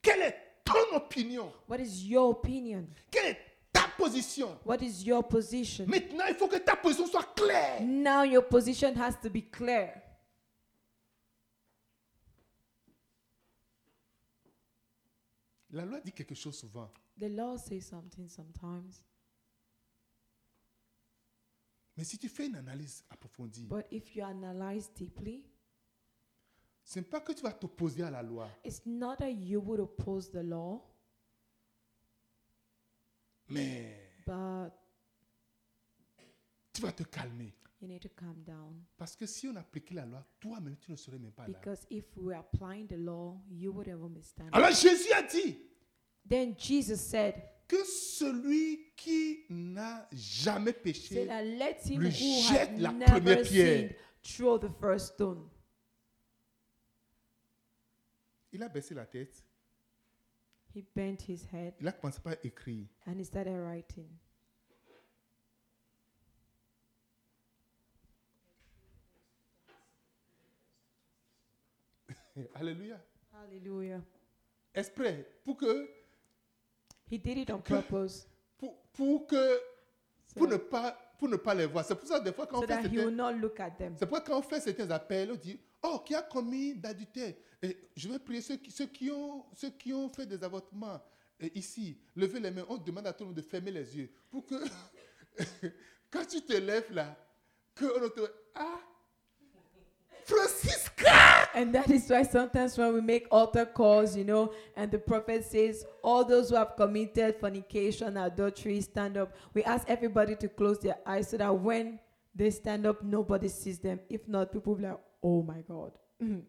S1: Quelle est ton opinion
S2: What is your opinion?
S1: Quelle est ta position
S2: What is your position?
S1: Maintenant, il faut que ta position soit claire.
S2: Now your position has to be clear.
S1: La loi dit quelque chose souvent.
S2: The law says something sometimes,
S1: Mais si tu fais une analyse approfondie,
S2: but if you analyze deeply,
S1: ce n'est pas que tu vas t'opposer à la loi,
S2: it's not that you would oppose the law,
S1: mais
S2: but
S1: tu vas te calmer.
S2: you need to calm down.
S1: Parce que si on appliquait la loi, toi-même, tu ne serais même pas là.
S2: Because if we're applying the law, you would ever understand. it.
S1: Alors Jésus a dit
S2: Then Jesus said,
S1: que celui qui n'a jamais
S2: Say
S1: péché,
S2: that let him
S1: Lui
S2: who has
S1: jette la
S2: never
S1: première pierre.
S2: sinned throw the first stone.
S1: il a baissé la tête,
S2: He bent his head
S1: il a commencé par écrire.
S2: and he started writing.
S1: Eh, Alléluia.
S2: Hallelujah.
S1: Exprès, pour que,
S2: He did it on
S1: Que-
S2: purpose.
S1: pour, pour que,
S2: So,
S1: pour ne pas, pour ne pas les voir. C'est pour ça des fois quand
S2: so
S1: on fait
S2: that he will
S1: certains,
S2: not look at them.
S1: c'est pourquoi quand on fait certains appels, on dit, oh, qui a commis d'adultère Et Je vais prier ceux qui, ceux qui ont, ceux qui ont fait des avortements Et ici. Levez les mains. On demande à tout le monde de fermer les yeux pour que, [LAUGHS] quand tu te lèves là, que on te, ah, Francisca.
S2: And that is why sometimes when we make altar calls, you know, and the prophet says, All those who have committed fornication, adultery, stand up. We ask everybody to close their eyes so that when they stand up, nobody sees them. If not, people will be like, Oh my God. Mhm.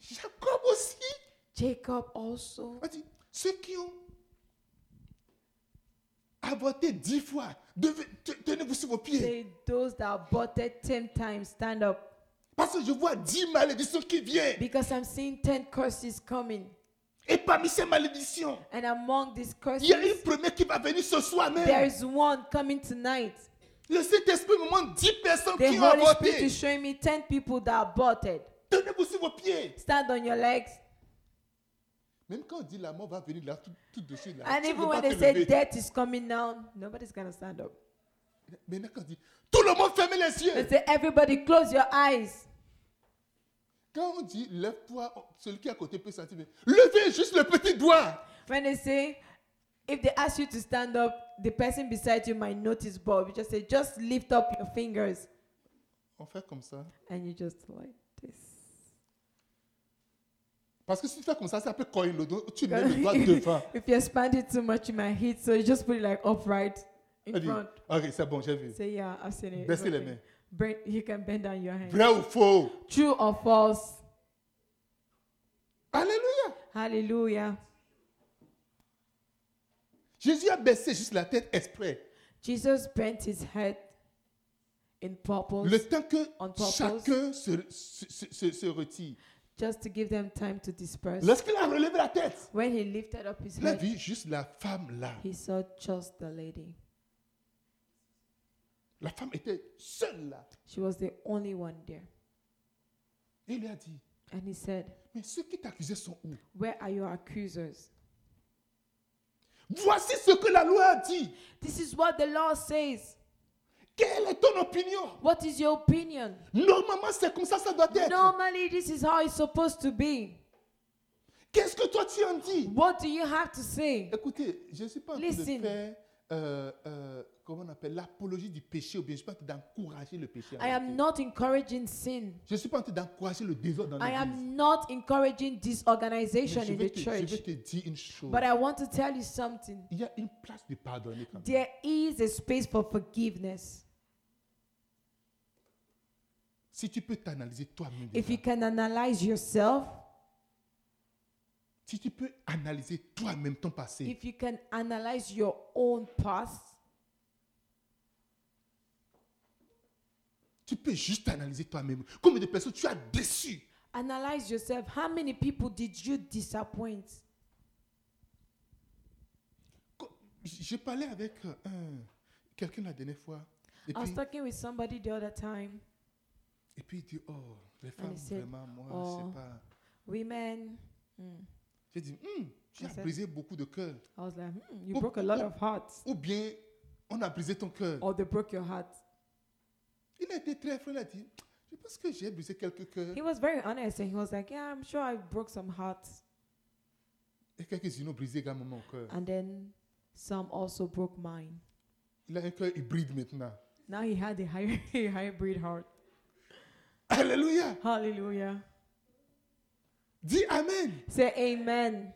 S1: Jacob aussi.
S2: Jacob also.
S1: On dit, ceux qui ont avorté dix fois, devez- te- tenez-vous sur vos pieds.
S2: Say, Those that are aborted 10 times, stand up.
S1: Parce que je vois dix malédictions qui viennent.
S2: Because I'm seeing 10 curses coming.
S1: Et parmi ces malédictions,
S2: And among these
S1: il y a une
S2: curses,
S1: première qui va venir ce soir
S2: there
S1: même.
S2: is one coming tonight.
S1: Le Saint-Esprit me montre dix personnes
S2: The
S1: qui ont
S2: Holy Spirit
S1: avorté.
S2: is showing me 10 people that are aborted.
S1: Tenez-vous sur vos pieds.
S2: Stand on your legs.
S1: Même quand on dit la mort va venir là, tout, tout de suite là.
S2: And
S1: tu ne
S2: even
S1: peux
S2: when
S1: pas
S2: they
S1: te
S2: say
S1: lever.
S2: death is coming down, nobody's gonna stand up.
S1: Maintenant, quand on dit tout le monde fermez les
S2: They
S1: yeux.
S2: say, everybody close your eyes.
S1: Quand on dit lève-toi, oh, celui qui est à côté peut sentir. mais Levez juste le petit doigt.
S2: When they say, if they ask you to stand up, the person beside you might notice, but you just say, just lift up your fingers.
S1: On fait comme ça.
S2: And you just like this.
S1: Parce que si tu fais comme ça, c'est un peu coin le dos. Tu mets le doigt devant.
S2: [LAUGHS] if you expand it too much, you might hit. So you just put it like upright in
S1: Elle dit,
S2: front.
S1: ok, c'est bon, j'ai vu.
S2: Say, yeah, I've seen it.
S1: Baissez les
S2: Okay.
S1: mains.
S2: Bend, you can bend down your hand.
S1: Vrai ou faux?
S2: True or false?
S1: Alléluia.
S2: Hallelujah.
S1: Jésus a baissé juste la tête exprès.
S2: Jesus bent his head in purpose.
S1: Le temps que
S2: On purpose.
S1: chacun se, se, se- se- se retire.
S2: just to give them time to disperse.
S1: Lorsqu'il a relevé la tête,
S2: when he lifted up his
S1: il a
S2: head,
S1: vu juste la femme là.
S2: he saw just the lady.
S1: La femme était seule là.
S2: She was the only one there.
S1: Et il lui a dit,
S2: And he said,
S1: mais ceux qui t'accusaient sont où?
S2: Where are your accusers?
S1: Voici ce que la loi a dit.
S2: This is what the law says.
S1: Quelle est ton opinion?
S2: What is your opinion?
S1: Normalement, c'est comme ça, ça doit être.
S2: Normally, this is how it's supposed to be.
S1: Qu'est-ce que toi tu en dis?
S2: What do you have to say?
S1: Écoutez, je ne suis pas en train de
S2: Listen.
S1: faire, euh, euh, comment on appelle, l'apologie du péché, ou bien je suis pas en train d'encourager le péché. en
S2: I am
S1: réalité.
S2: not encouraging sin.
S1: Je ne suis pas en train d'encourager le désordre dans
S2: I
S1: l'église.
S2: am not encouraging
S1: Mais
S2: disorganization
S1: Je,
S2: in the
S1: vais te- je
S2: church.
S1: vais te dire une chose.
S2: But I want to tell you something.
S1: Il y a une place de pardonner quand même.
S2: There is a space for forgiveness.
S1: Si tu peux t'analyser toi-même,
S2: If
S1: déjà,
S2: you can analyze yourself,
S1: si tu peux analyser toi-même ton passé,
S2: if you can analyze your own past,
S1: tu peux juste t'analyser toi-même. Combien de personnes tu as déçues
S2: analyze yourself. How many people did you disappoint?
S1: Co- J'ai parlé avec euh, un- quelqu'un la dernière fois. Et
S2: I was
S1: puis,
S2: talking with somebody the other time.
S1: et puis il dit, oh, les femmes,
S2: said,
S1: vraiment, moi, je
S2: oh.
S1: ne sais pas.
S2: Women. mm.
S1: J'ai dit, Hmm, tu
S2: I
S1: as
S2: said-
S1: brisé beaucoup de cœurs.
S2: I was like, hmm, you
S1: Oh,
S2: broke a lot
S1: oh.
S2: of hearts.
S1: Ou bien, on a brisé ton cœur.
S2: Or they broke your heart.
S1: Il a été très franc, il a dit, je pense que j'ai brisé quelques cœurs.
S2: He was very honest and he was like, yeah, I'm sure I broke some hearts.
S1: Et quelques ont brisé également mon cœur.
S2: And then some also broke mine.
S1: Il a un cœur hybride maintenant.
S2: Now he had a, hy- [LAUGHS] a hybrid heart.
S1: Alléluia.
S2: Hallelujah.
S1: Dis Amen.
S2: Say amen.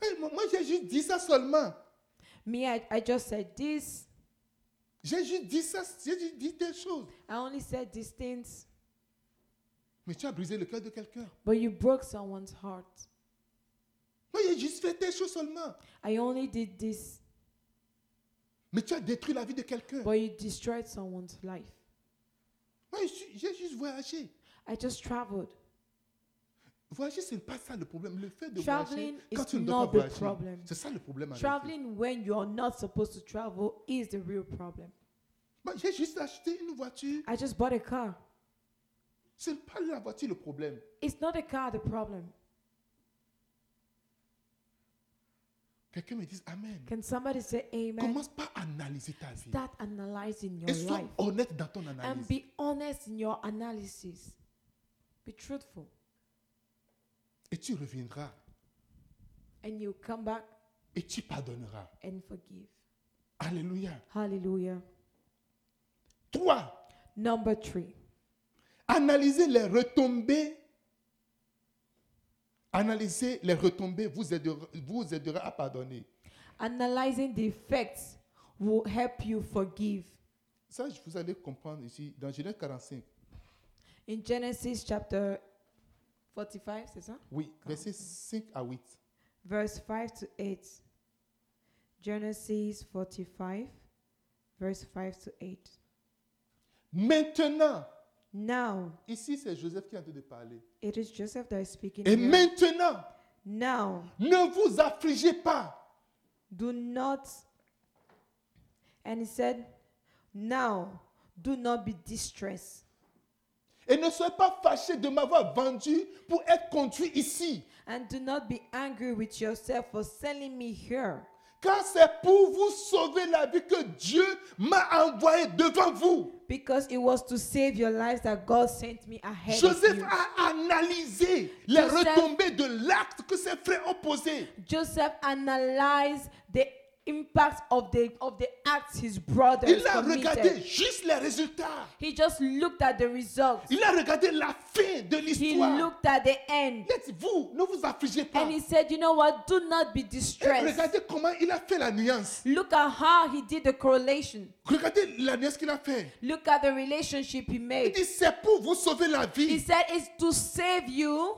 S1: Eh, moi, moi, j'ai juste dit ça seulement.
S2: Me, I, I just said this.
S1: J'ai juste dit ça. J'ai juste dit des choses.
S2: I only said these things.
S1: Mais tu as brisé le cœur de quelqu'un.
S2: But you broke someone's heart.
S1: Moi, j'ai juste fait des choses seulement.
S2: I only did this.
S1: Mais tu as détruit la vie de quelqu'un.
S2: But you destroyed someone's life.
S1: Moi, je suis- j'ai juste voyagé.
S2: I just traveled.
S1: Voyager, ce n'est pas ça le problème. Le fait de
S2: Traveling
S1: voyager
S2: is
S1: quand tu ne dois
S2: not the
S1: pas voyager,
S2: problem.
S1: c'est ça le problème. en réalité.
S2: Traveling when you are not supposed to travel is the real problem.
S1: Moi, j'ai juste acheté une voiture.
S2: I just bought a car.
S1: Ce n'est pas la voiture le problème.
S2: It's not a car the problem.
S1: Quelqu'un me dit Amen.
S2: Can somebody say amen?
S1: Commence pas à analyser ta vie.
S2: Start analyzing
S1: Et
S2: your
S1: sois
S2: life
S1: honnête dans ton
S2: and
S1: analyse.
S2: be honest in your analysis. Be truthful
S1: Et tu reviendras.
S2: and you come back
S1: Et tu pardonneras.
S2: and forgive.
S1: Alléluia.
S2: Hallelujah.
S1: Trois,
S2: Number three.
S1: analysez les retombées. Analysez les retombées vous aidera, vous aidera à pardonner.
S2: Analyzing the effects will help you forgive.
S1: Ça, je- vous allez comprendre ici dans Genèse 45.
S2: In Genesis chapter 45, c'est ça?
S1: Oui, versets 5 à 8.
S2: verse 5 to 8. Genesis 45, verse 5 to 8.
S1: Maintenant,
S2: Now,
S1: ici c'est Joseph qui est en train de parler.
S2: it is Joseph that is speaking.
S1: Et
S2: here.
S1: maintenant,
S2: Now,
S1: ne vous affligez pas.
S2: do not, and he said, Now, do not be distressed,
S1: Et ne soyez pas fâchés de m'avoir vendu pour être conduit ici.
S2: and do not be angry with yourself for sending me here.
S1: Car c'est pour vous sauver la vie que Dieu m'a envoyé devant vous.
S2: Because it was to save your lives that God sent me ahead. of
S1: Joseph
S2: you.
S1: a analysé les
S2: Joseph-
S1: retombées de l'acte que ses frères ont posé.
S2: Joseph analyzed the impact of the of the acts his brothers
S1: Il a regardé
S2: committed.
S1: juste les résultats.
S2: He just looked at the results.
S1: Il a regardé la fin de
S2: He
S1: l'histoire.
S2: looked at the end.
S1: Il a dit, vous, ne vous affligez pas.
S2: And he said, you know what? Do not be
S1: Et
S2: distressed.
S1: regardez comment il a fait la nuance.
S2: Look at how he did the correlation.
S1: Regardez la nuance qu'il a fait.
S2: Look at the relationship he
S1: Il
S2: made.
S1: dit, c'est pour vous sauver la
S2: He
S1: vie
S2: said it's to save you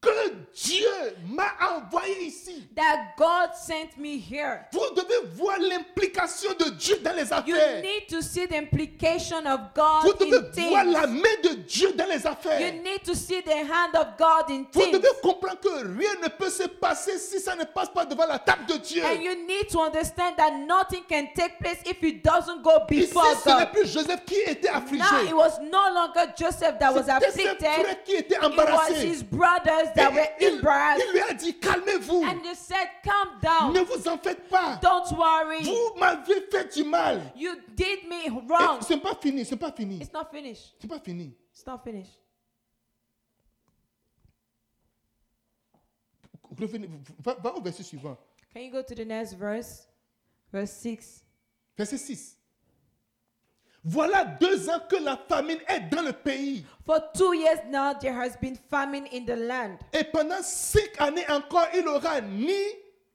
S1: que Dieu m'a envoyé ici.
S2: that God sent me here.
S1: Vous devez voir l'implication de Dieu dans les
S2: You
S1: affaires.
S2: need to see the implication of
S1: Vous
S2: God in
S1: devez voir
S2: things.
S1: la main de Dieu dans les
S2: You
S1: affaires.
S2: need to see the hand of God in
S1: Vous
S2: things.
S1: devez comprendre que rien ne peut se passer si ça ne passe pas devant la table de Dieu.
S2: And you need to understand that nothing can take place if it doesn't go
S1: Ici,
S2: before
S1: ce n'est
S2: God.
S1: plus Joseph qui était affligé.
S2: Now it was no longer Joseph that was
S1: C'était ses
S2: afflicted.
S1: frères qui étaient
S2: It was
S1: embarrassés.
S2: his brothers
S1: Et
S2: that were
S1: il,
S2: embarrassed.
S1: il lui a dit, calmez-vous.
S2: And you said, calm down.
S1: Ne vous en faites pas.
S2: Don't worry.
S1: Vous m'avez fait du mal.
S2: You did me
S1: Et
S2: wrong.
S1: C'est pas fini, c'est pas fini.
S2: It's not finished.
S1: C'est pas fini.
S2: It's not finished.
S1: Revenez, va, va au verset suivant.
S2: Can you go to the next verse? Verse 6.
S1: Verset 6. Voilà deux ans que la famine est dans le pays.
S2: For two years now, there has been famine in the land.
S1: Et pendant cinq années encore, il n'aura ni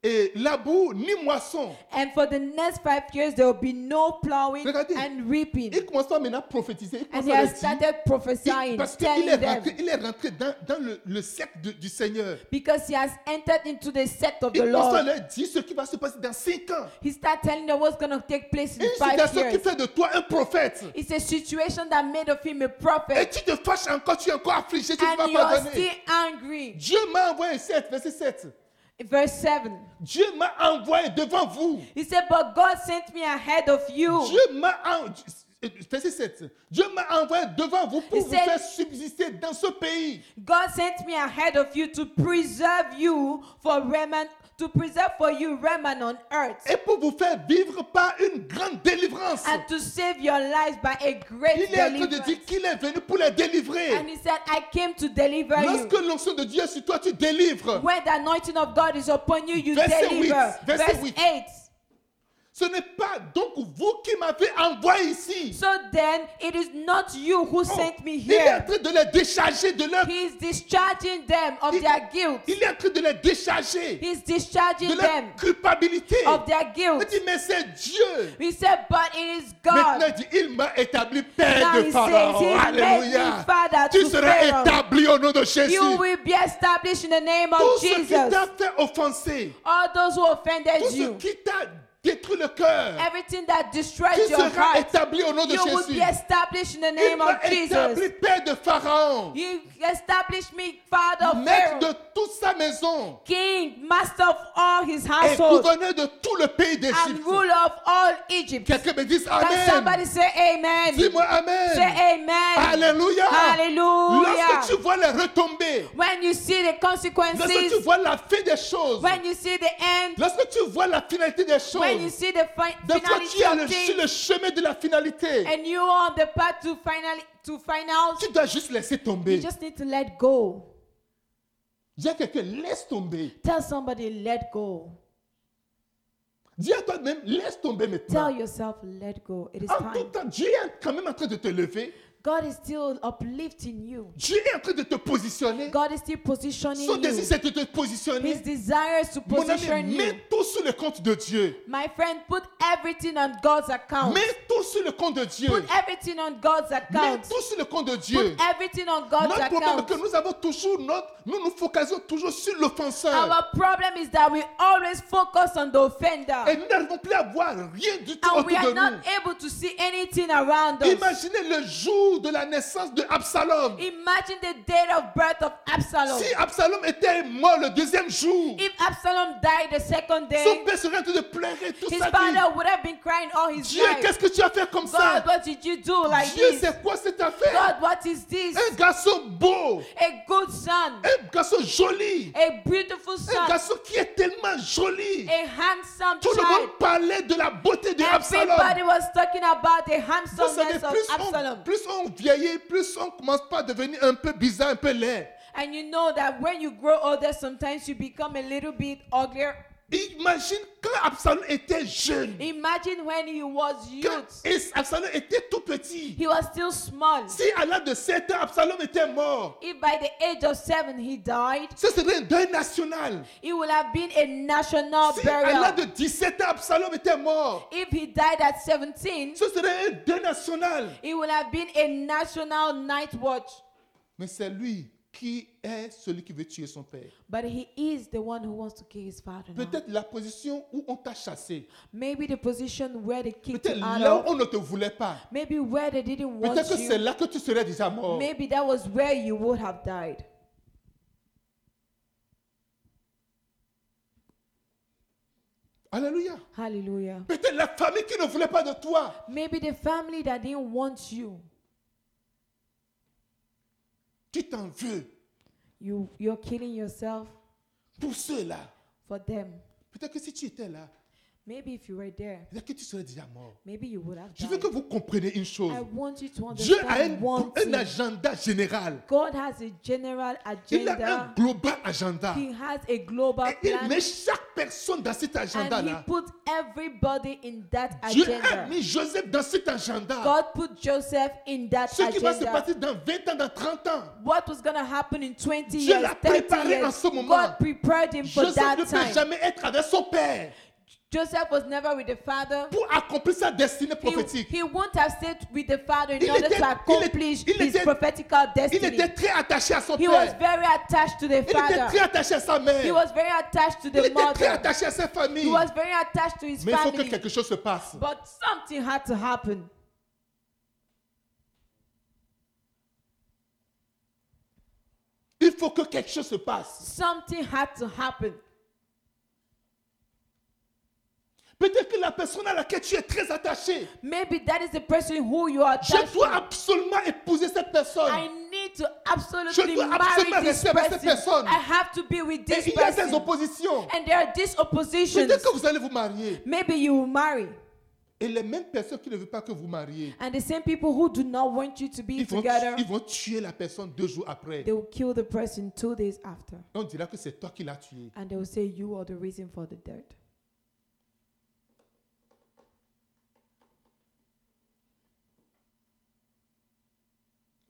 S1: eh, labour, ni moisson.
S2: And for the next five years, there will be no plowing
S1: Regardez.
S2: and reaping.
S1: Il commence pas maintenant à prophétiser. Il
S2: And
S1: commence
S2: he
S1: à
S2: has
S1: le dire.
S2: started prophesying,
S1: Il- parce qu'il est
S2: telling them,
S1: rentré, il est rentré dans, dans le, le cercle de- du Seigneur.
S2: because he has entered into the sect of
S1: Il
S2: the
S1: commence à
S2: Lord.
S1: leur dire ce qui va se passer dans cinq ans.
S2: He started telling them what's going to take place in
S1: Une
S2: five
S1: situation qui
S2: years.
S1: fait de toi un prophète.
S2: It's a situation that made of him a
S1: Et
S2: prophet,
S1: tu te fâches encore, tu es encore affligé, tu ne
S2: and
S1: vas
S2: you are
S1: pas
S2: still
S1: donner.
S2: angry.
S1: Dieu m'a envoyé, 7, verset 7.
S2: Verse 7.
S1: Dieu m'a envoyé devant vous.
S2: He said, But God sent me ahead of you.
S1: Dieu m'a en- verset 7. Dieu m'a envoyé devant vous pour
S2: Il
S1: vous
S2: s'est-
S1: faire subsister dans ce pays.
S2: God sent me ahead of you to preserve you for raiment to preserve for you remnant on earth
S1: et pour vous faire vivre par une grande délivrance.
S2: and to save your lives by a
S1: Il
S2: great
S1: est en train de
S2: deliverance.
S1: dire qu'il est venu pour les délivrer.
S2: And he said, I came to deliver you.
S1: Lorsque l'onction de Dieu est sur toi, tu délivres.
S2: When the anointing of God is upon you, you
S1: Verse
S2: deliver.
S1: eight, verse
S2: Verse
S1: eight.
S2: 8.
S1: Ce n'est pas donc vous qui m'avez envoyé ici.
S2: So then, it is not you who
S1: Oh,
S2: sent me
S1: Il est en
S2: here.
S1: train de les décharger de leur...
S2: He is discharging them of
S1: Il-
S2: their guilt.
S1: Il est en train de les décharger
S2: He's
S1: de
S2: discharging them
S1: leur culpabilité.
S2: of their
S1: Il
S2: guilt.
S1: dit, mais c'est Dieu.
S2: He said, but it is
S1: Maintenant,
S2: God.
S1: il dit, il m'a établi père
S2: Now
S1: de
S2: he
S1: Pharaon.
S2: says, he made
S1: Alléluia.
S2: me father
S1: Tu
S2: to
S1: seras
S2: Pharaoh.
S1: établi au nom de Jésus.
S2: You will be established in the name
S1: Tout
S2: of
S1: ce qui t'a
S2: Jesus.
S1: fait offenser,
S2: All those who
S1: tout
S2: offended
S1: ce
S2: you,
S1: qui t'a détruit le cœur,
S2: everything that
S1: tu
S2: destroyed your
S1: seras
S2: heart,
S1: établi au nom de
S2: you will be
S1: Jésus.
S2: established in the
S1: Il
S2: name of
S1: m'a
S2: Jesus.
S1: établi père de Pharaon,
S2: You established me father of
S1: maître
S2: Pharaoh,
S1: de toute sa maison
S2: king, master of all his
S1: et
S2: household,
S1: gouverneur de tout le pays
S2: and
S1: d'Égypte.
S2: ruler of all Egypt.
S1: Quelqu'un me dise
S2: Can somebody
S1: Amen.
S2: say amen?
S1: Dis-moi Amen.
S2: Say amen.
S1: Alléluia.
S2: Hallelujah.
S1: Lorsque tu vois les retombées,
S2: When you see the
S1: lorsque tu
S2: consequences,
S1: vois la fin des choses,
S2: when you see the end,
S1: Lorsque tu vois la finalité des
S2: when you
S1: choses,
S2: see the fi-
S1: des fois tu
S2: finality
S1: es le-
S2: of
S1: sur
S2: things,
S1: le chemin de la finalité.
S2: and you are on the path to finally to finals,
S1: Tu dois juste laisser
S2: you
S1: tomber.
S2: just need to let go.
S1: Dis à quelqu'un, laisse tomber.
S2: Tell somebody, let go.
S1: Dis à toi-même, laisse tomber
S2: Tell
S1: maintenant.
S2: yourself, let go. It is
S1: En tout
S2: time.
S1: temps, Dieu est quand même en train de te lever.
S2: God is still uplifting you.
S1: Dieu est en train de te positionner.
S2: God is still positioning
S1: Son désir,
S2: you.
S1: c'est de te
S2: His
S1: positionner.
S2: desire is to
S1: Mon
S2: position
S1: ami,
S2: you.
S1: mets tout sur le compte de Dieu.
S2: My friend, put everything on God's account.
S1: Mets tout sur le compte de Dieu.
S2: Put everything on God's
S1: Mets
S2: account.
S1: tout sur le compte de Dieu.
S2: Put everything on God's
S1: Notre problème est que
S2: account.
S1: nous avons toujours notre, nous nous focalisons toujours sur l'offenseur.
S2: Our problem is that we always focus on the offender.
S1: Et nous n'arrivons plus à voir rien du tout
S2: And
S1: autour
S2: we are
S1: de nous.
S2: not able to see anything around us.
S1: Imaginez le jour de la naissance de Absalom.
S2: Imagine the date of birth of Absalom.
S1: Si Absalom était mort le deuxième jour,
S2: If Absalom died the second
S1: son
S2: day,
S1: père serait en train de pleurer tout
S2: his
S1: sa vie.
S2: father would have been crying all his
S1: Dieu,
S2: life.
S1: qu'est-ce que tu as fait comme ça
S2: God, what did you do like
S1: Dieu,
S2: this?
S1: c'est quoi cette affaire
S2: God, what is this?
S1: Un garçon beau,
S2: A good son,
S1: un garçon joli,
S2: a beautiful
S1: un
S2: son,
S1: garçon qui est tellement joli.
S2: a handsome
S1: Tout le monde
S2: child.
S1: parlait de la beauté de
S2: Everybody
S1: Absalom.
S2: was talking about the
S1: Vous savez,
S2: handsomeness of
S1: plus on,
S2: Absalom.
S1: plus on vieillit, plus on commence pas à devenir un peu bizarre, un peu laid.
S2: And you know that when you grow older, sometimes you become a little bit uglier.
S1: Imagine quand Absalom était jeune.
S2: Imagine when he was
S1: Quand
S2: youth.
S1: Is- Absalom était tout petit,
S2: He was still small.
S1: si à l'âge de 7 ans, Absalom était mort,
S2: If by the age of seven he died,
S1: ce serait un deuil national.
S2: it would have been a national
S1: Si à l'âge
S2: burial.
S1: de 17 ans, Absalom était mort,
S2: If he died at 17,
S1: ce serait un deuil national.
S2: it would have been a national night watch.
S1: Mais c'est lui qui est celui qui veut tuer son père.
S2: But he is the one who wants to kill his father. now.
S1: Peut-être la position où on t'a chassé,
S2: Maybe the position where they kicked
S1: peut-être
S2: him out
S1: là où
S2: of.
S1: on ne te voulait pas,
S2: Maybe where they didn't want
S1: peut-être que c'est
S2: you.
S1: là que tu serais déjà mort.
S2: Maybe that was where you would have died.
S1: Alléluia.
S2: Hallelujah.
S1: Peut-être la famille qui ne voulait pas de toi.
S2: Maybe the family that didn't want you.
S1: Tu t'en veux
S2: You you're killing yourself
S1: pour ceux-là.
S2: for them.
S1: Peut-être que si tu étais là,
S2: Maybe if you were there,
S1: peut-être que tu serais déjà mort.
S2: maybe you would have
S1: Je veux
S2: died.
S1: que vous compreniez une chose.
S2: I want you to
S1: Dieu a un,
S2: understand one
S1: un
S2: thing.
S1: agenda général.
S2: God has a general
S1: Il a un
S2: agenda.
S1: global agenda.
S2: He has a global
S1: Et il
S2: plan.
S1: met chaque personne dans cet
S2: And he
S1: agenda-là.
S2: put everybody in that
S1: Dieu a
S2: agenda.
S1: mis Joseph dans cet agenda.
S2: God put Joseph in that
S1: Ce qui va se
S2: agenda.
S1: passer dans 20 ans, dans 30 ans.
S2: What was going to happen in 20
S1: Dieu
S2: years,
S1: l'a
S2: 30
S1: préparé en
S2: years,
S1: ce moment.
S2: God prepared him for
S1: Joseph ne
S2: that
S1: peut
S2: time.
S1: jamais être avec son père
S2: Joseph was never with the father.
S1: pour accomplir sa destinée
S2: He,
S1: prophétique.
S2: he wouldn't have stayed with the father in
S1: Il
S2: order
S1: était-
S2: to
S1: il est-
S2: accomplish
S1: il
S2: his
S1: était-
S2: prophetical
S1: Il
S2: destiny.
S1: était très attaché à son
S2: He was
S1: père.
S2: very attached to the
S1: Il était très
S2: father.
S1: attaché à sa
S2: He
S1: mère.
S2: was very attached to
S1: Il
S2: the
S1: était très
S2: mother.
S1: attaché à sa famille.
S2: He was very attached to his
S1: Mais il faut que
S2: family.
S1: quelque chose se passe.
S2: But something had to happen.
S1: Il faut que quelque chose se passe.
S2: Something had to happen.
S1: Peut-être que la personne à laquelle tu es très attaché,
S2: Maybe that is the person who you are attached
S1: je dois
S2: to.
S1: absolument épouser cette
S2: I
S1: personne.
S2: need to
S1: Je
S2: absolutely
S1: dois
S2: marry
S1: absolument
S2: this
S1: rester avec cette
S2: person.
S1: personne.
S2: I have to be with
S1: Et
S2: this
S1: il y a des
S2: person.
S1: oppositions.
S2: And there are these oppositions.
S1: Peut-être que vous allez vous marier.
S2: Maybe you will marry.
S1: Et les mêmes personnes qui ne veulent pas que vous mariez,
S2: And the same people who do not want you to be
S1: ils vont,
S2: together,
S1: ils vont tuer la personne deux jours après.
S2: they will kill the person two days after.
S1: Et on dira que c'est toi qui l'as tué.
S2: And they will say, You are the reason for the death.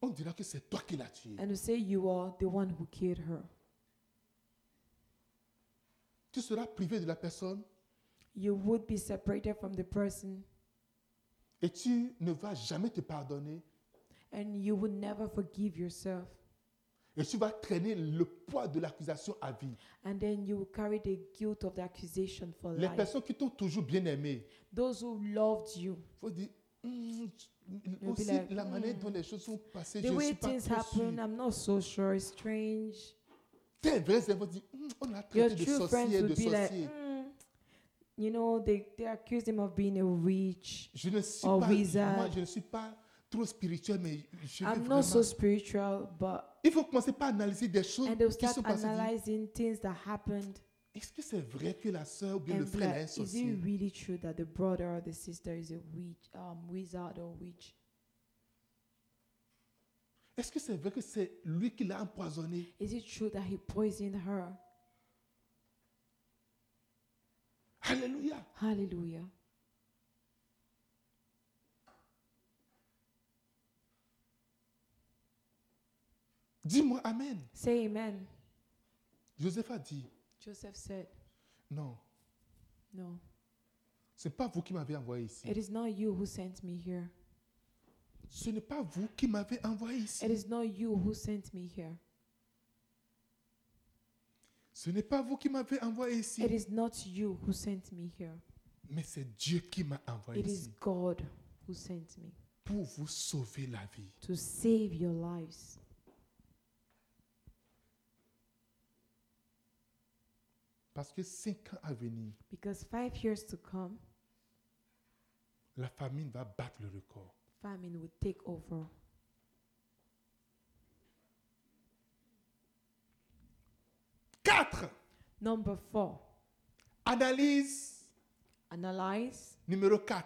S1: On dira que c'est toi qui l'as tué.
S2: And will say, You are the one who killed her.
S1: Tu seras privé de la personne
S2: You would be separated from the person,
S1: et tu ne vas jamais te pardonner.
S2: and you would never forgive yourself.
S1: Et tu vas traîner le poids de l'accusation à vie.
S2: And then you will carry the guilt of the accusation for
S1: Les
S2: life.
S1: personnes qui t'ont toujours bien aimé,
S2: Those who loved you,
S1: faut dire, Hmm,
S2: be
S1: aussi
S2: like,
S1: la manière
S2: hmm.
S1: dont les choses sont passées,
S2: the
S1: je ne
S2: way
S1: suis pas
S2: things
S1: trop
S2: happen,
S1: sûr.
S2: I'm not so sure. It's strange.
S1: Tes vrais amis vont dire, Hmm, on a
S2: Your
S1: traité de
S2: true friends
S1: sorcier, de
S2: would be like,
S1: sorcier.
S2: "Mm, you know, they, they accused him of being a witch.
S1: Je ne suis
S2: or
S1: pas,
S2: wizard.
S1: moi, je ne suis pas trop spirituel, mais je vais
S2: I'm
S1: vraiment.
S2: not so spiritual, but
S1: Il faut commencer par analyser des choses
S2: and they'll
S1: qui
S2: start
S1: sont passées. Dire,
S2: analyzing things that happened.
S1: Est-ce que c'est vrai que la sœur ou bien le
S2: And be
S1: frère
S2: like,
S1: est un
S2: is it
S1: sorcier?
S2: really true that the brother or the sister is a witch, um, wizard or witch?
S1: Est-ce que c'est vrai que c'est lui qui l'a empoisonné?
S2: Is it true that he poisoned her?
S1: Alléluia.
S2: Hallelujah.
S1: Dis-moi Amen.
S2: Say amen.
S1: Joseph a dit,
S2: Joseph said,
S1: non,
S2: No,
S1: ce n'est pas vous qui m'avez envoyé ici.
S2: it is not you who sent me here.
S1: Ce n'est pas vous qui m'avez envoyé ici.
S2: It is not you who sent me here.
S1: Ce n'est pas vous qui m'avez envoyé ici.
S2: It is not you who sent me here.
S1: Mais c'est Dieu qui m'a envoyé
S2: It is
S1: ici
S2: God who sent me
S1: pour vous sauver la vie.
S2: to save your lives.
S1: Parce que cinq ans à venir,
S2: Because five years to come,
S1: la famine va battre le record.
S2: famine will take over.
S1: Quatre,
S2: Number four,
S1: analyse
S2: analyze.
S1: numéro 4.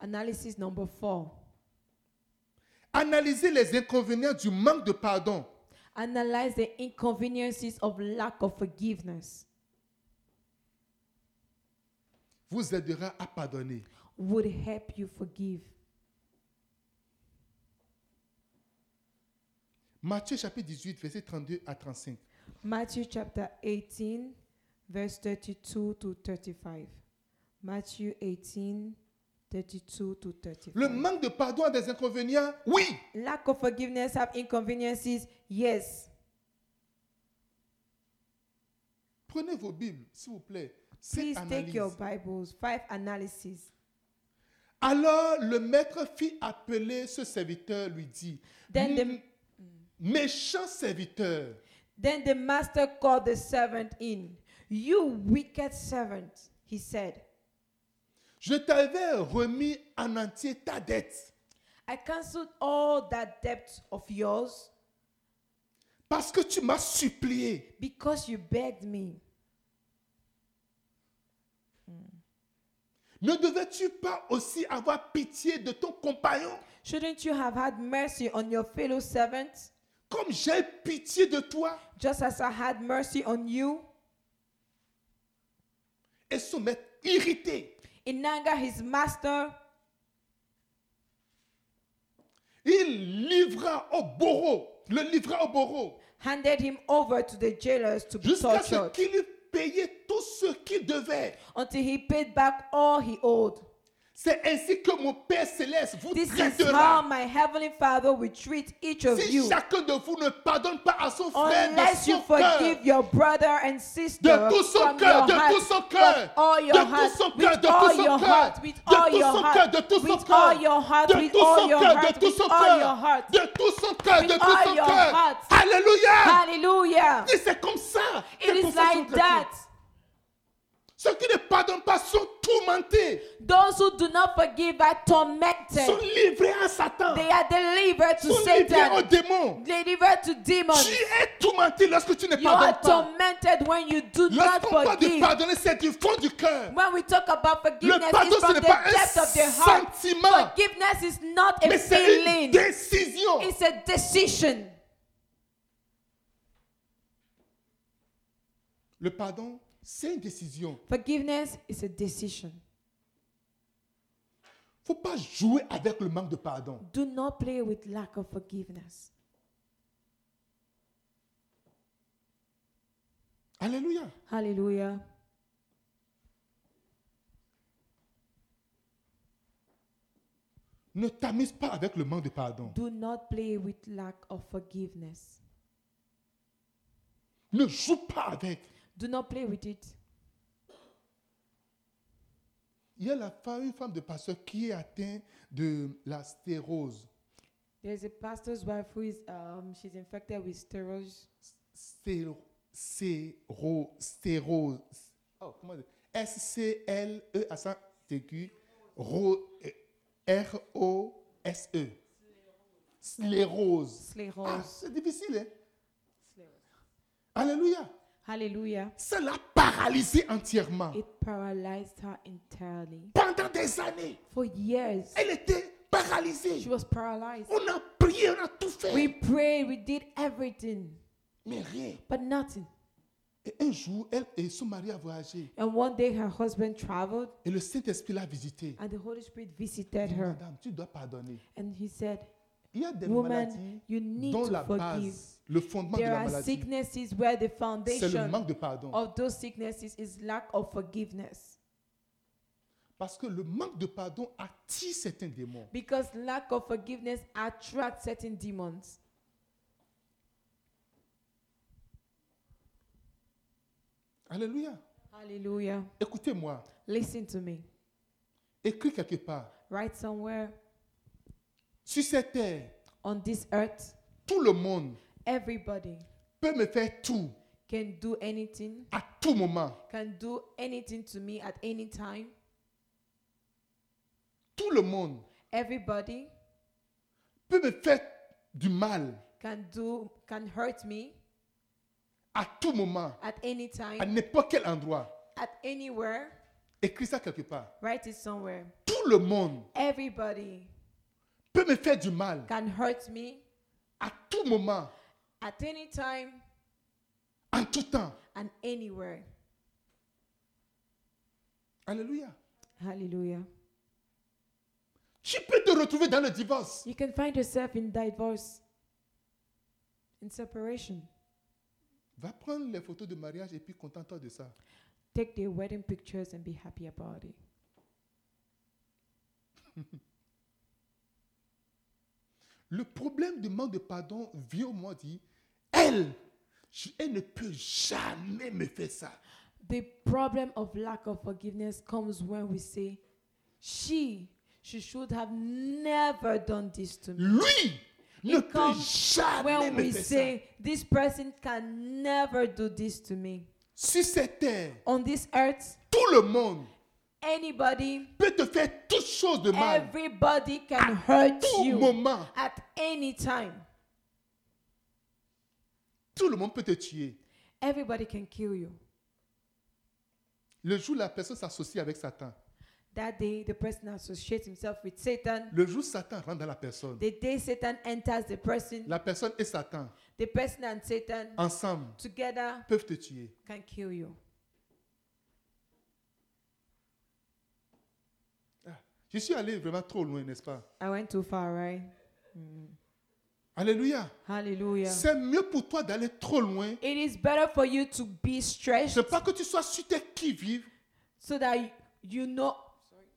S2: Analysis number four.
S1: Analyser les inconvénients du manque de pardon.
S2: Analyze the inconveniences of lack of forgiveness
S1: vous aidera à pardonner.
S2: would help you forgive.
S1: Matthieu chapitre 18, verset 32 à 35.
S2: Matthew chapter 18, verse 32 to 35. Matthew 18, 32 to 35.
S1: Le manque de pardon a des inconvénients Oui.
S2: lack of forgiveness have inconveniences? Yes.
S1: Prenez vos Bibles, s'il vous plaît. C'est
S2: Please take your
S1: analyse.
S2: Bibles. Five analysis.
S1: Alors le maître fit appeler ce serviteur, lui dit
S2: Then the-
S1: M- Méchant serviteur,
S2: Then the master called the servant in. You wicked servant, he said.
S1: je t'avais remis en entier ta dette
S2: I cancelled all that debt of yours
S1: parce que tu m'as supplié.
S2: because you begged me.
S1: Ne devais-tu pas aussi avoir pitié de ton compagnon
S2: Shouldn't you have had mercy on your fellow servant,
S1: comme j'ai pitié de toi
S2: just as I had mercy on you?
S1: Et son maître irrité
S2: In anger, his master,
S1: Il livra au bourreau, le livra au bourreau,
S2: handed him over to the jailers to be
S1: jusqu'à ce
S2: tortured
S1: qu'il eût payé tout ce qu'il devait.
S2: until he paid back all he owed.
S1: C'est ainsi que mon Père céleste vous
S2: This is how
S1: traitera.
S2: my heavenly Father will treat each of
S1: Si
S2: you.
S1: chacun de vous ne pardonne pas à son frère de
S2: Unless you
S1: son cœur,
S2: forgive your brother and sister
S1: de tout son
S2: from
S1: cœur,
S2: your
S1: de
S2: heart,
S1: tout son
S2: from
S1: cœur,
S2: all
S1: de
S2: your heart,
S1: tout son
S2: with
S1: cœur, de
S2: all
S1: tout son
S2: your
S1: cœur,
S2: heart, with all
S1: de tout
S2: your
S1: son
S2: heart,
S1: cœur, de tout son
S2: with
S1: cœur,
S2: all your heart,
S1: de
S2: with
S1: tout
S2: all
S1: son
S2: your
S1: cœur,
S2: heart,
S1: de tout
S2: with
S1: son
S2: all your
S1: cœur,
S2: heart,
S1: de tout son cœur, de
S2: with
S1: tout
S2: all
S1: son
S2: your
S1: cœur.
S2: heart.
S1: Alléluia!
S2: Hallelujah.
S1: Et c'est comme ça. que
S2: It is
S1: confession
S2: like
S1: chrétienne.
S2: that.
S1: Ceux qui ne pardonnent pas sont tourmentés,
S2: Those who do not forgive are tormented.
S1: sont livrés à Satan.
S2: They are delivered to
S1: sont livrés aux
S2: Satan,
S1: démons.
S2: delivered to demons.
S1: Tu es tourmenté lorsque tu ne
S2: You are
S1: pardonnes pas.
S2: tormented when you do not
S1: Lorsqu'on parle de
S2: forgive.
S1: pardonner, c'est du fond du cœur.
S2: When we talk about forgiveness,
S1: Le pardon,
S2: it's
S1: ce
S2: from
S1: n'est
S2: the
S1: pas un
S2: depth of the heart.
S1: sentiment.
S2: Forgiveness is not a
S1: Mais c'est une
S2: feeling,
S1: décision.
S2: it's a decision.
S1: Le pardon, c'est une décision.
S2: Forgiveness is a decision.
S1: faut pas jouer avec le manque de pardon.
S2: Do not play with lack of forgiveness.
S1: Alléluia.
S2: Hallelujah.
S1: Ne t'amuse pas avec le manque de pardon.
S2: Do not play with lack of forgiveness.
S1: Ne joue pas avec.
S2: Do not play with it.
S1: Il y a la femme, une femme de pasteur qui est atteinte de la stérose.
S2: There's a pastor's wife who is um she's infected with steroids.
S1: Stéro, séro, stérose. Oh, comment dire? S-C-L-E, accent aigu, ro- euh, R-O-S-E. E. Sclérose. Ah,
S2: Sclerose.
S1: c'est difficile, hein? Alléluia.
S2: Hallelujah.
S1: Ça l'a paralysée entièrement.
S2: It paralyzed her entirely.
S1: Pendant des années,
S2: For years,
S1: elle était paralysée.
S2: she was paralyzed.
S1: On a prié, on a tout fait.
S2: We prayed, we did everything,
S1: Mais rien.
S2: but nothing.
S1: Et un jour, elle et son mari a voyagé.
S2: And one day her husband traveled
S1: Et le Saint-Esprit l'a visitée.
S2: and the Holy Spirit visited
S1: Il dit,
S2: her.
S1: Madame, tu dois pardonner.
S2: And he said,
S1: Il y a des
S2: Woman,
S1: maladies
S2: you need
S1: dont la
S2: to forgive.
S1: base, le fondement de
S2: There
S1: la
S2: are
S1: maladie,
S2: sicknesses where the
S1: c'est le
S2: foundation
S1: manque de pardon.
S2: of those sicknesses is lack of forgiveness.
S1: Parce que le manque de pardon attire certains démons.
S2: Because lack of forgiveness attracts certain demons.
S1: Alléluia.
S2: Hallelujah.
S1: Écoutez-moi.
S2: Listen to me.
S1: Écris quelque part.
S2: Right somewhere
S1: Sur cette terre,
S2: on this earth,
S1: tout le monde
S2: everybody
S1: peut me faire tout,
S2: can do anything,
S1: à tout moment.
S2: can do anything to me at any time.
S1: Tout le monde
S2: Everybody
S1: peut me faire du mal,
S2: can do can hurt me
S1: à tout moment,
S2: at any
S1: à
S2: time,
S1: n'importe quel endroit.
S2: at anywhere.
S1: Écris ça quelque part.
S2: Write it somewhere.
S1: Tout le monde
S2: Everybody
S1: peut me faire du mal
S2: can hurt me
S1: à tout moment,
S2: at any time
S1: en tout temps.
S2: and anywhere.
S1: Alléluia.
S2: Hallelujah.
S1: Tu peux te retrouver dans le divorce.
S2: You can find yourself in divorce, in separation.
S1: Va prendre les photos de mariage et puis contente-toi de ça.
S2: Take their wedding pictures and be happy about it.
S1: Le problème du manque de pardon vient au moment dit, elle, je- elle ne peut jamais me faire ça.
S2: The problem of lack of forgiveness comes when we say, She, she should have never done this to me.
S1: Lui ne
S2: It
S1: peut
S2: comes
S1: jamais
S2: When
S1: me
S2: we
S1: faire ça.
S2: say, This person can never do this to me.
S1: Sur cette terre,
S2: On this earth,
S1: tout le monde
S2: anybody,
S1: peut te faire toutes choses de mal.
S2: everybody can hurt
S1: Tout
S2: you
S1: moment,
S2: at any time.
S1: tout le monde peut te tuer.
S2: Everybody can kill you.
S1: Le jour où la personne s'associe avec Satan,
S2: That day, the person associates himself with Satan.
S1: le jour où Satan rentre dans la personne,
S2: The day Satan enters the person,
S1: la personne et Satan,
S2: the person and Satan
S1: ensemble,
S2: together
S1: peuvent te tuer.
S2: can kill you.
S1: Je suis allé vraiment trop loin, n'est-ce pas?
S2: I went too far, right?
S1: Alléluia.
S2: Hallelujah.
S1: C'est mieux pour toi d'aller trop loin.
S2: It is better for you to be stretched
S1: C'est pas que tu sois sur tes qui-vive.
S2: so that you- you know,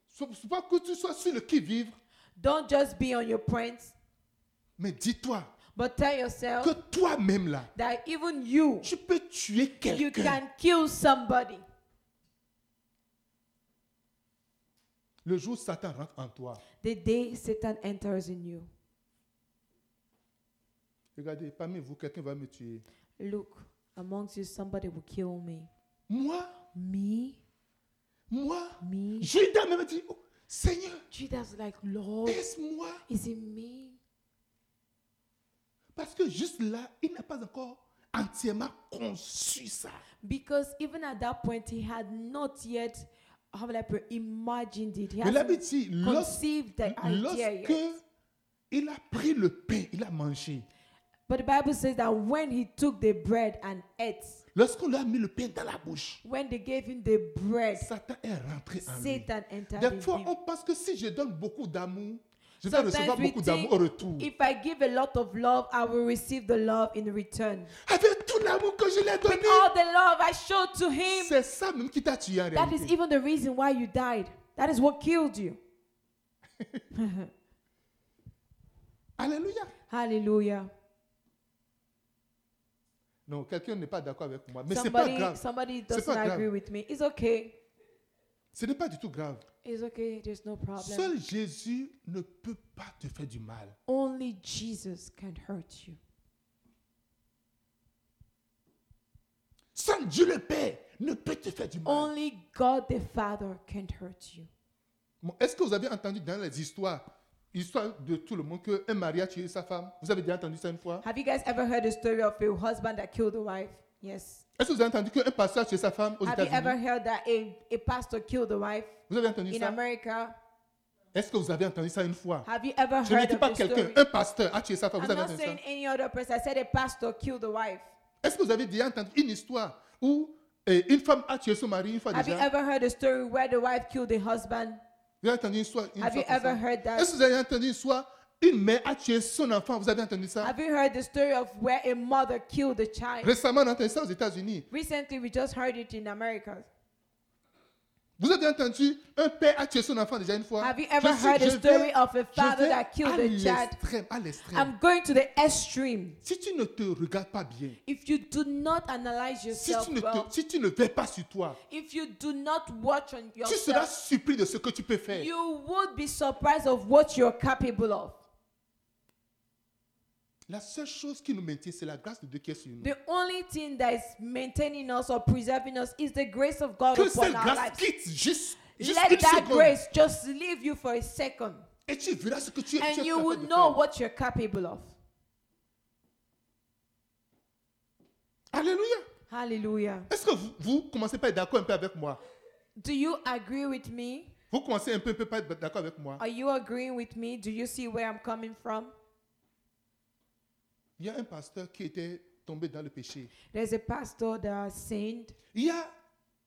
S1: C'est c'est pas que tu sois sur le qui-vive.
S2: don't just be on your points,
S1: Mais dis-toi
S2: but tell
S1: que
S2: yourself
S1: toi-même là,
S2: that even you,
S1: tu peux tuer
S2: you
S1: quelqu'un.
S2: can kill somebody.
S1: Le jour où Satan rentre en toi.
S2: The day Satan enters in you,
S1: Regardez, parmi vous, quelqu'un va me tuer.
S2: look, amongst you, somebody will kill me.
S1: Moi,
S2: Me?
S1: moi,
S2: Me?
S1: Judas même dit, Oh, Seigneur,
S2: Judas was like, Lord,
S1: est-ce moi
S2: is it me?
S1: Parce que juste là, il n'a pas encore entièrement conçu ça.
S2: Because even at that point, he had not yet, how will I put, imagined it. He
S1: Mais la
S2: had
S1: Bible dit, lors-
S2: conceived the idea yet.
S1: lorsque il a pris le pain, il a mangé.
S2: But the Bible says that when he took the bread and ate,
S1: Lorsqu'on lui a mis le pain dans la bouche,
S2: when they gave him the bread,
S1: Satan est rentré en lui.
S2: Satan entered in
S1: Des fois,
S2: him.
S1: on pense que si je donne beaucoup d'amour, je vais
S2: Sometimes
S1: recevoir
S2: we
S1: beaucoup d'amour au
S2: think,
S1: retour.
S2: If I give a lot of love, I will receive the love in return.
S1: Avec tout l'amour que je l'ai
S2: With
S1: donné,
S2: all the love I showed to him,
S1: c'est ça même qui t'a tué en
S2: that is
S1: réalité.
S2: even the reason why you died. That is what killed you.
S1: Alléluia.
S2: Hallelujah.
S1: Non, quelqu'un n'est pas d'accord avec moi. Mais c'est pas
S2: somebody,
S1: grave.
S2: somebody
S1: C'est
S2: doesn't
S1: pas grave.
S2: agree with me. It's okay.
S1: Ce n'est pas du tout grave.
S2: It's okay. There's no problem.
S1: Seul Jésus ne peut pas te faire du mal.
S2: Only Jesus can hurt you.
S1: Seul Dieu le Père ne peut te faire du mal.
S2: Only God the Father can hurt you.
S1: Bon, Est-ce que vous avez entendu dans les histoires, histoire de tout le monde, qu'un mari a tué sa femme Vous avez déjà entendu ça une fois
S2: Have you guys ever heard the story of a husband that killed a wife? Yes.
S1: Est-ce que vous avez entendu qu'un pasteur a tué sa femme aux
S2: Have you ever
S1: États-Unis
S2: heard that a, a pastor killed a wife
S1: Vous avez entendu
S2: in
S1: ça
S2: America?
S1: Est-ce que vous avez entendu ça une fois
S2: Have you ever
S1: Je ne
S2: heard
S1: dis
S2: of
S1: pas
S2: the
S1: quelqu'un,
S2: story?
S1: un pasteur a tué sa femme. Vous
S2: I'm
S1: avez
S2: not
S1: entendu ça
S2: saying any other person. I said a pastor killed a wife.
S1: Est-ce que vous avez déjà entendu une histoire où euh, une femme a tué son mari une fois
S2: Have you
S1: déjà
S2: ever heard a story where the wife killed the husband?
S1: Vous avez entendu une histoire une
S2: Have
S1: fois
S2: you
S1: comme
S2: ever
S1: ça
S2: heard that?
S1: Est-ce que vous avez entendu une histoire une mère a tué son enfant Vous avez entendu ça
S2: Have you heard the story of where a mother killed a child?
S1: Récemment, on a entendu ça aux États-Unis.
S2: Recently, we just heard it in America.
S1: Vous avez entendu un père a tué son enfant déjà une fois
S2: Have you ever
S1: Je sais-
S2: heard a
S1: je vais-
S2: story of a
S1: je
S2: father
S1: vais
S2: that killed
S1: à
S2: a child?
S1: l'extrême, à l'extrême.
S2: I'm going to the extreme.
S1: Si tu ne te regardes pas bien,
S2: If you do not analyze
S1: si
S2: yourself
S1: tu ne,
S2: well,
S1: te, si tu ne veilles pas sur toi,
S2: if you do not watch on
S1: tu seras
S2: yourself,
S1: surpris de ce que tu peux faire.
S2: you would be surprised of what you're capable of.
S1: La seule chose qui nous maintient, c'est la grâce de Dieu qui est sur nous.
S2: The only thing that is maintaining us or preserving us is the grace of God
S1: Que
S2: upon
S1: cette
S2: our
S1: grâce
S2: lives.
S1: quitte juste, juste une
S2: Let that
S1: seconde.
S2: grace just leave you for a second,
S1: Et tu verras ce que tu es, tu
S2: and
S1: es
S2: you
S1: capable
S2: will
S1: de
S2: know
S1: faire.
S2: what you're capable of.
S1: Alléluia.
S2: Hallelujah.
S1: Est-ce que vous, vous commencez pas à être d'accord un peu avec moi
S2: Do you agree with me?
S1: Vous commencez un peu, un peu pas à être d'accord avec moi
S2: Are you agreeing with me? Do you see where I'm coming from?
S1: Il y a un pasteur qui était tombé dans le péché.
S2: There's a pastor that sinned.
S1: Il y a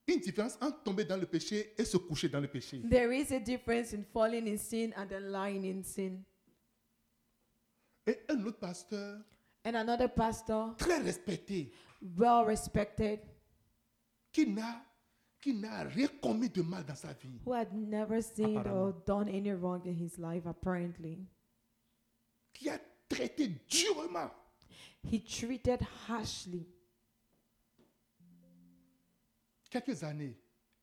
S1: une différence entre tomber dans le péché et se coucher dans le péché.
S2: There is a difference in falling in sin and then lying in sin.
S1: Et un autre pasteur
S2: And another pastor,
S1: très respecté
S2: well respected,
S1: qui n'a qui n'a rien commis de mal dans sa vie.
S2: who had never sinned or
S1: Apparemment.
S2: done any wrong in his life, apparently,
S1: qui a traité durement
S2: he treated harshly.
S1: quelques années.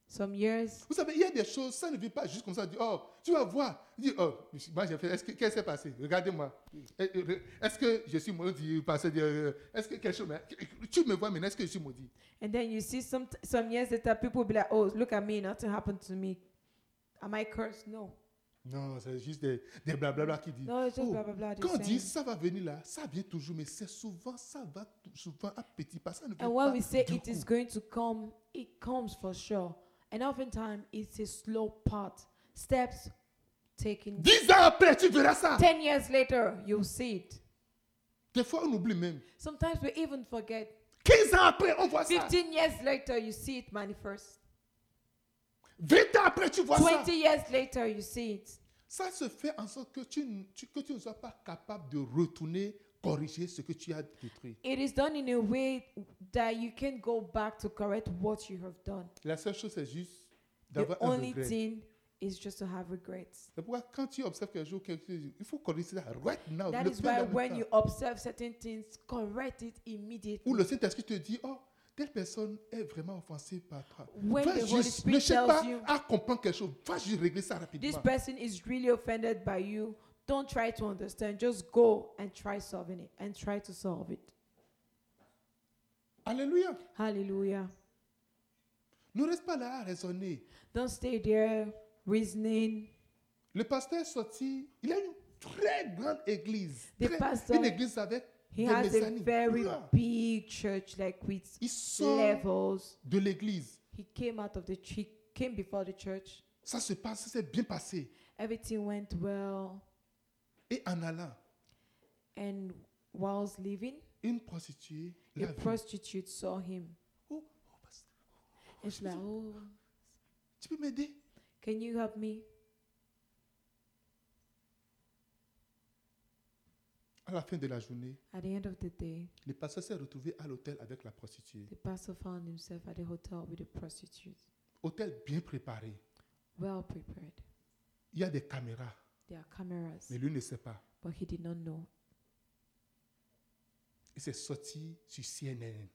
S2: Some years,
S1: Vous savez, il y a des choses, ça ne vit pas juste comme ça. Dit, oh, tu vas voir. Il Dit, oh, moi j'ai fait, est-ce que, qu'est-ce qui s'est passé Regardez-moi. Eh, eh, re- Est-ce que je suis maudit Parce que, euh, est-ce que quelque chose. m'a- Tu me vois maintenant, est-ce que je suis maudit
S2: and then you see some some years later, people will be like, "Oh, look at me! Nothing happened to me. Am I cursed? No.
S1: Non, c'est juste des, des blablabla qui disent.
S2: No, it's just
S1: Oh,
S2: blah blah blah."
S1: Quand on
S2: they're
S1: dit ça
S2: saying.
S1: va venir là, ça vient toujours, mais c'est souvent, ça va t- souvent à petit pas. Ça ne vient
S2: And when
S1: pas
S2: we say
S1: d'un
S2: it is
S1: coup.
S2: going to come, it comes for sure. And oftentimes, it's a slow path, steps taken.
S1: Dix ans après, tu verras ça.
S2: Ten years later, you'll see it.
S1: Des fois, on oublie même.
S2: Sometimes we even forget.
S1: 15 ans après, on voit ça.
S2: 15 years later, you see it manifest.
S1: 20 ans après, tu vois ça.
S2: 20 years later, you see it.
S1: Ça se fait en sorte que tu, n- tu- que tu ne sois pas capable de retourner, corriger ce que tu as détruit.
S2: It is done in a way that you can go back to correct what you have done.
S1: La seule chose, c'est juste
S2: The
S1: d'avoir un
S2: only
S1: regret.
S2: thing is just to have regrets.
S1: C'est pourquoi quand tu observes quelque chose, quelque chose, il faut corriger ça right now.
S2: That
S1: le
S2: is
S1: faire
S2: why
S1: en même temps.
S2: when you observe certain things, correct it immediately.
S1: Ou le Saint-Esprit te dit, oh, telle personne est vraiment offensée par toi.
S2: When
S1: Va
S2: the Holy
S1: juste,
S2: Spirit
S1: ne cherche
S2: tells
S1: pas
S2: you-
S1: à comprendre quelque chose. Va juste régler ça
S2: This
S1: rapidement.
S2: person is really offended by you. Don't try to understand. Just go and try solving it and try to solve it.
S1: Alléluia.
S2: Hallelujah.
S1: Ne reste pas là à raisonner.
S2: Don't stay there reasoning.
S1: Le pasteur est sorti, il a une très grande église.
S2: The
S1: Très-
S2: pastor-
S1: Une église avec
S2: He
S1: des
S2: has a
S1: mezzanines.
S2: very
S1: Là.
S2: big church, like with
S1: Il sort
S2: levels.
S1: de l'église.
S2: He came out of the church, he came before the church.
S1: Ça se passe, ça s'est bien passé.
S2: Everything went well.
S1: Et en allant,
S2: And whilst leaving,
S1: une prostituée
S2: a
S1: l'a vu.
S2: prostitute saw him.
S1: Oh, oh, pasteur,
S2: And she's like, Oh,
S1: tu peux m'aider
S2: can you help me?
S1: À la fin de la journée,
S2: At the end of the day,
S1: le pasteur s'est retrouvé à l'hôtel avec la prostituée.
S2: the pastor found himself at the hotel with a prostitute.
S1: Hôtel bien préparé.
S2: Well prepared.
S1: Il y a des caméras,
S2: There are cameras.
S1: mais lui ne sait pas.
S2: But he did not know.
S1: Il s'est sorti sur CNN.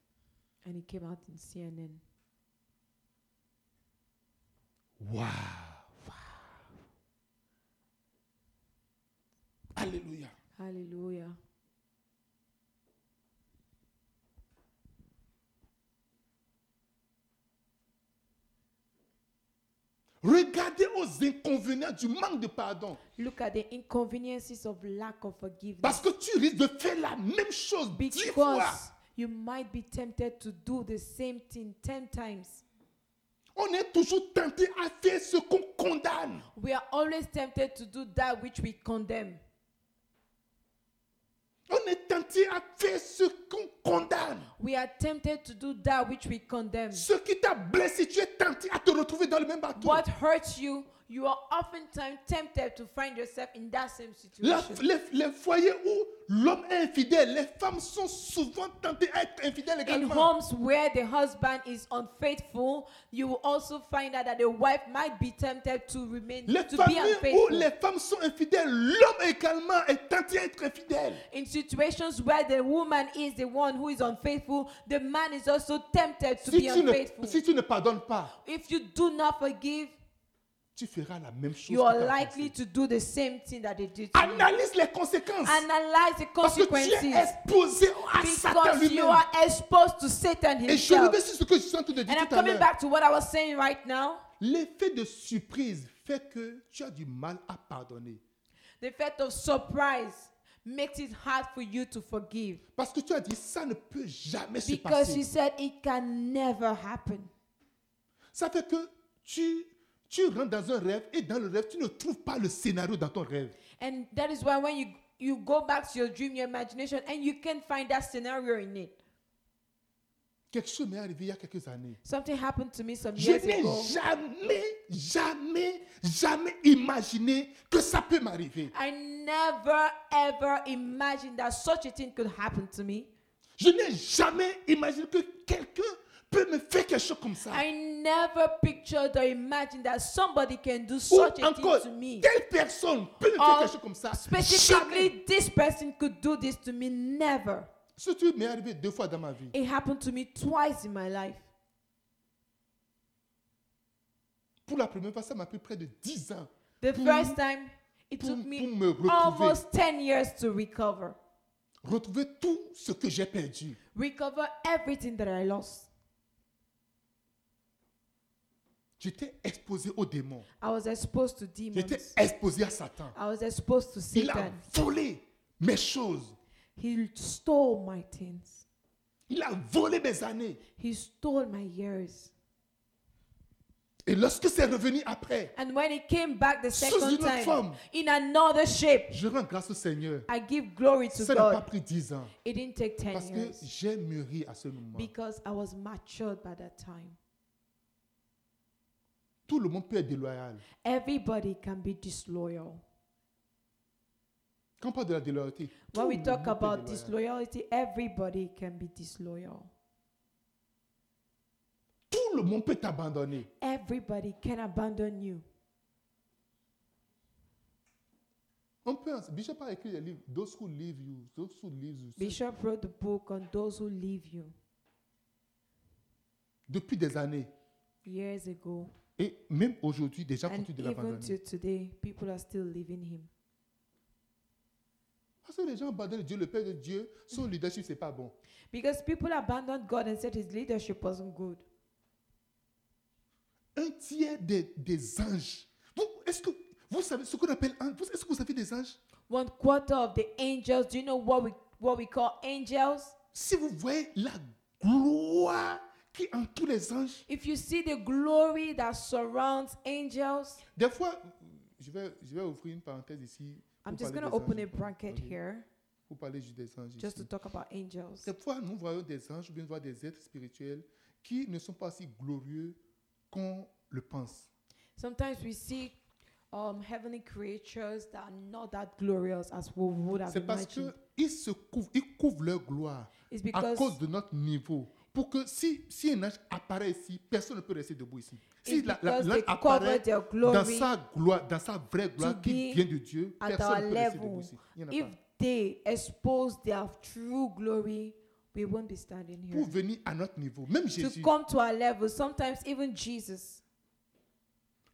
S2: And he came out in CNN.
S1: Waouh Alléluia.
S2: Hallelujah.
S1: Regardez aux inconvénients du manque de pardon.
S2: Look at the inconveniences of lack of forgiveness.
S1: Parce que tu risques de faire la même chose dix fois.
S2: Because you might be tempted to do the same thing 10 times.
S1: On est toujours tenté à faire ce qu'on condamne.
S2: We are always tempted to do that which we condemn.
S1: On est tenté à faire ce qu'on condamne.
S2: We are tempted to do that which we condemn.
S1: Ce qui t'a blessé, tu es tenté à te retrouver dans le même bateau.
S2: What hurts you, you are oftentimes tempted to find yourself in that same
S1: La-
S2: situation.
S1: les, les foyers où l'homme est infidèle, les femmes sont souvent tentées à être infidèles
S2: In
S1: également.
S2: homes where the husband is unfaithful, you will also find out that the wife might be tempted to remain
S1: Les
S2: to be
S1: familles où
S2: unfaithful.
S1: les femmes sont infidèles, l'homme également est tenté à être infidèle.
S2: In situations where the woman is the one who is unfaithful, the man is also tempted to
S1: Si
S2: be
S1: tu,
S2: unfaithful.
S1: ne, si tu ne pardonnes pas,
S2: if you do not forgive,
S1: tu feras la même chose.
S2: you
S1: que
S2: are
S1: ta
S2: likely
S1: pensée.
S2: to do the same thing that they did to you.
S1: Analyse les conséquences.
S2: Analyze the
S1: Parce que tu
S2: consequences
S1: es exposé à Satan
S2: because you
S1: lui-même.
S2: are exposed to Satan
S1: Et je
S2: himself.
S1: reviens sur ce que je suis en train de dire
S2: And I'm
S1: tout à
S2: coming
S1: l'heure.
S2: back to what I was saying right now.
S1: L'effet de surprise fait que tu as du mal à pardonner.
S2: The effect of surprise makes it hard for you to forgive
S1: Parce que tu as dit, ça ne peut jamais se
S2: because
S1: passer.
S2: you said it can never happen.
S1: Ça fait que tu, tu rentres dans un rêve et dans le rêve, tu ne trouves pas le scénario dans ton rêve.
S2: And that is why when you you go back to your dream, your imagination, and you can find that scenario in it.
S1: Quelque chose m'est arrivé il y a quelques années.
S2: Something happened to me some
S1: Je
S2: years
S1: n'ai
S2: ago.
S1: jamais, jamais, jamais imaginé que ça peut m'arriver.
S2: I never ever imagined that such a thing could happen to me.
S1: Je n'ai jamais imaginé que quelqu'un peut me faire quelque chose comme ça.
S2: I never pictured or imagined that somebody can do
S1: Ou
S2: such a thing
S1: encore,
S2: to me.
S1: telle personne peut me faire
S2: Or
S1: quelque chose comme ça. Jamais.
S2: Specifically, this person could do this to me. Never.
S1: Ce truc m'est arrivé deux fois dans ma vie.
S2: It happened to me twice in my life.
S1: Pour la première fois, ça m'a pris près de 10 ans
S2: The first time, it
S1: pour,
S2: took
S1: pour
S2: me
S1: me retrouver.
S2: almost 10 years to recover.
S1: Retrouver tout ce que j'ai perdu.
S2: Recover everything that I lost.
S1: J'étais exposé aux démons.
S2: I was exposed to
S1: J'étais
S2: demons.
S1: exposé à Satan.
S2: I was exposed to
S1: Il a
S2: Satan.
S1: volé mes choses.
S2: He stole my things.
S1: Il a volé mes années.
S2: He stole my years.
S1: Et lorsque c'est revenu après,
S2: And when he came back the
S1: Sous
S2: second
S1: une autre
S2: time,
S1: forme.
S2: in another shape,
S1: je rends grâce au Seigneur.
S2: I give glory to
S1: Ça n'a pas
S2: God.
S1: pris 10 ans.
S2: It didn't take 10
S1: Parce que
S2: years.
S1: j'ai mûri à ce moment.
S2: Because I was matured by that time.
S1: Tout le monde peut être déloyal.
S2: Everybody can be disloyal.
S1: Quand on parle de la déloyauté, tout
S2: When we
S1: le
S2: talk
S1: monde peut être
S2: about
S1: déloyal.
S2: disloyalty, everybody can be disloyal.
S1: tout le monde peut t'abandonner.
S2: Everybody can abandon you.
S1: On peut, Bishop a écrit des livres, Those who leave you, those who leave you.
S2: Bishop wrote the book on those who leave you
S1: Depuis des années,
S2: years ago.
S1: et même aujourd'hui, des gens
S2: And
S1: continuent de
S2: even to
S1: l'abandonner.
S2: today, people are still leaving him.
S1: Parce que les gens abandonnent Dieu, le Père de Dieu, son leadership, c'est pas bon.
S2: Because people abandoned God and said his leadership wasn't good.
S1: Un tiers des, des anges. Vous, est-ce que vous savez ce qu'on appelle ange Vous- Est-ce que vous savez des anges
S2: One quarter of the angels, do you know what we what we call angels,
S1: Si vous voyez la gloire qui entoure les anges,
S2: if you see the glory that surrounds angels,
S1: des fois, je vais, je vais ouvrir une parenthèse ici.
S2: I'm
S1: pour
S2: just
S1: parler
S2: going to
S1: des
S2: open
S1: anges.
S2: a bracket
S1: Okay.
S2: here
S1: Pour parler juste des anges
S2: just to
S1: ici.
S2: talk about angels.
S1: Des fois, nous voyons des anges ou bien nous voyons des êtres spirituels qui ne sont pas si glorieux qu'on le pense.
S2: Sometimes we see um, heavenly creatures that are not that glorious as we would have
S1: C'est parce
S2: imagined.
S1: qu'ils se couvrent, ils couvrent leur gloire
S2: It's
S1: à
S2: because
S1: cause de notre niveau. Pour que si, si un ange apparaît ici, personne ne peut rester debout ici. Si
S2: it's
S1: la- la-
S2: because they
S1: l'ange
S2: cover
S1: apparaît
S2: their
S1: dans
S2: glory
S1: sa gloire, dans sa vraie gloire
S2: to
S1: qui
S2: be
S1: vient de Dieu,
S2: at
S1: personne ne
S2: our
S1: peut rester
S2: level.
S1: debout ici. Il n'y en a
S2: if
S1: pas.
S2: they expose their true glory, we won't be standing here.
S1: Pour venir à notre niveau, même
S2: To
S1: Jésus,
S2: come to our level, sometimes even Jesus.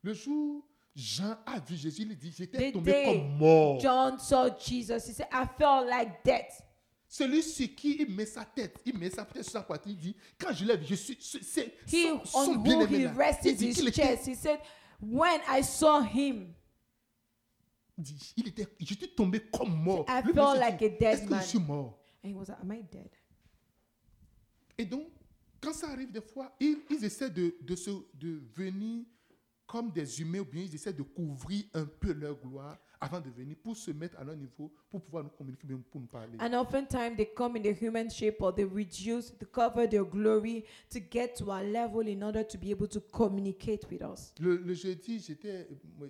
S1: le jour Jean a vu Jésus, il dit J'étais
S2: The
S1: tombé
S2: day
S1: comme mort.
S2: John saw Jesus. He said, I felt like death.
S1: Celui sur qui il met sa tête, il met sa tête sur sa poitrine, il dit Quand je lève, je suis. c'est- C'est
S2: He
S1: son, son
S2: on whom
S1: bien-aimé.
S2: he
S1: là. Il
S2: rested
S1: dit
S2: his
S1: qu'il était,
S2: chest. He said, When I saw him,
S1: dit, il était, j'étais tombé comme mort.
S2: I
S1: Le
S2: felt
S1: monsieur
S2: like
S1: dit,
S2: a dead
S1: Est-ce que
S2: man.
S1: je suis mort
S2: and he was like, Am I dead?
S1: Et donc, quand ça arrive des fois, ils, ils essaient de, de, se, de venir comme des humains ou bien ils essaient de couvrir un peu leur gloire avant de venir pour se mettre à leur niveau, pour pouvoir nous communiquer, bien pour nous parler.
S2: And oftentimes they come in the human shape or they reduce, they cover their glory to get to our level in order to be able to communicate with us.
S1: Le, le jeudi, j'étais,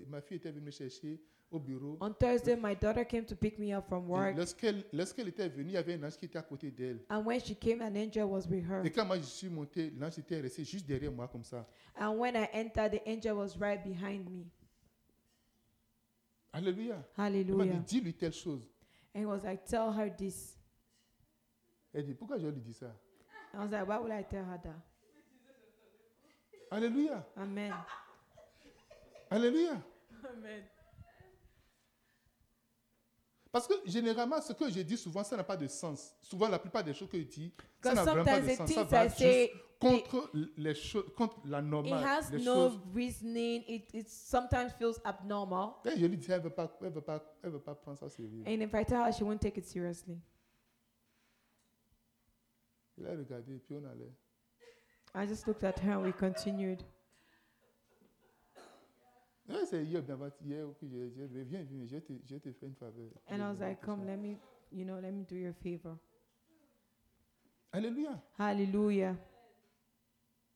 S1: ma fille était venue me chercher au bureau.
S2: On Thursday, my daughter came to pick me up from
S1: Et
S2: work.
S1: Lorsqu'elle lorsqu'elle était venue, il y avait un ange qui était à côté d'elle.
S2: And when she came, an angel was with her.
S1: Et quand moi je suis monté, l'ange était resté juste derrière moi comme ça.
S2: And when I entered, the angel was right behind me.
S1: Alléluia. Elle m'a dit,
S2: Hallelujah.
S1: dis-lui telle chose.
S2: And he was like, Tell her this.
S1: Elle dit, pourquoi je lui dis ça
S2: I was like, Why would I tell her that?
S1: Alléluia.
S2: Amen.
S1: Alléluia.
S2: Amen.
S1: Parce que généralement, ce que je dis souvent, ça n'a pas de sens. Souvent, la plupart des choses que je dis, ça
S2: Because
S1: n'a vraiment pas
S2: sometimes
S1: de
S2: the
S1: sens. Ça va
S2: things I
S1: juste
S2: say,
S1: contre, les choses, contre la
S2: it
S1: normale.
S2: has
S1: les
S2: no
S1: choses.
S2: reasoning. It, it sometimes feels abnormal.
S1: Et je lui dis, elle ne veut, pas- elle veut, pas- elle veut pas prendre ça au sérieux.
S2: And if I tell her, she won't take it seriously.
S1: Il a regardé, puis on allait.
S2: I just looked at her and we continued.
S1: Eh, C'est hier, bien avant hier, que je, je, viens, viens, je te, je te fais une faveur.
S2: And I was like, Come, let me, you know, let me do you a favor.
S1: Alléluia.
S2: Hallelujah.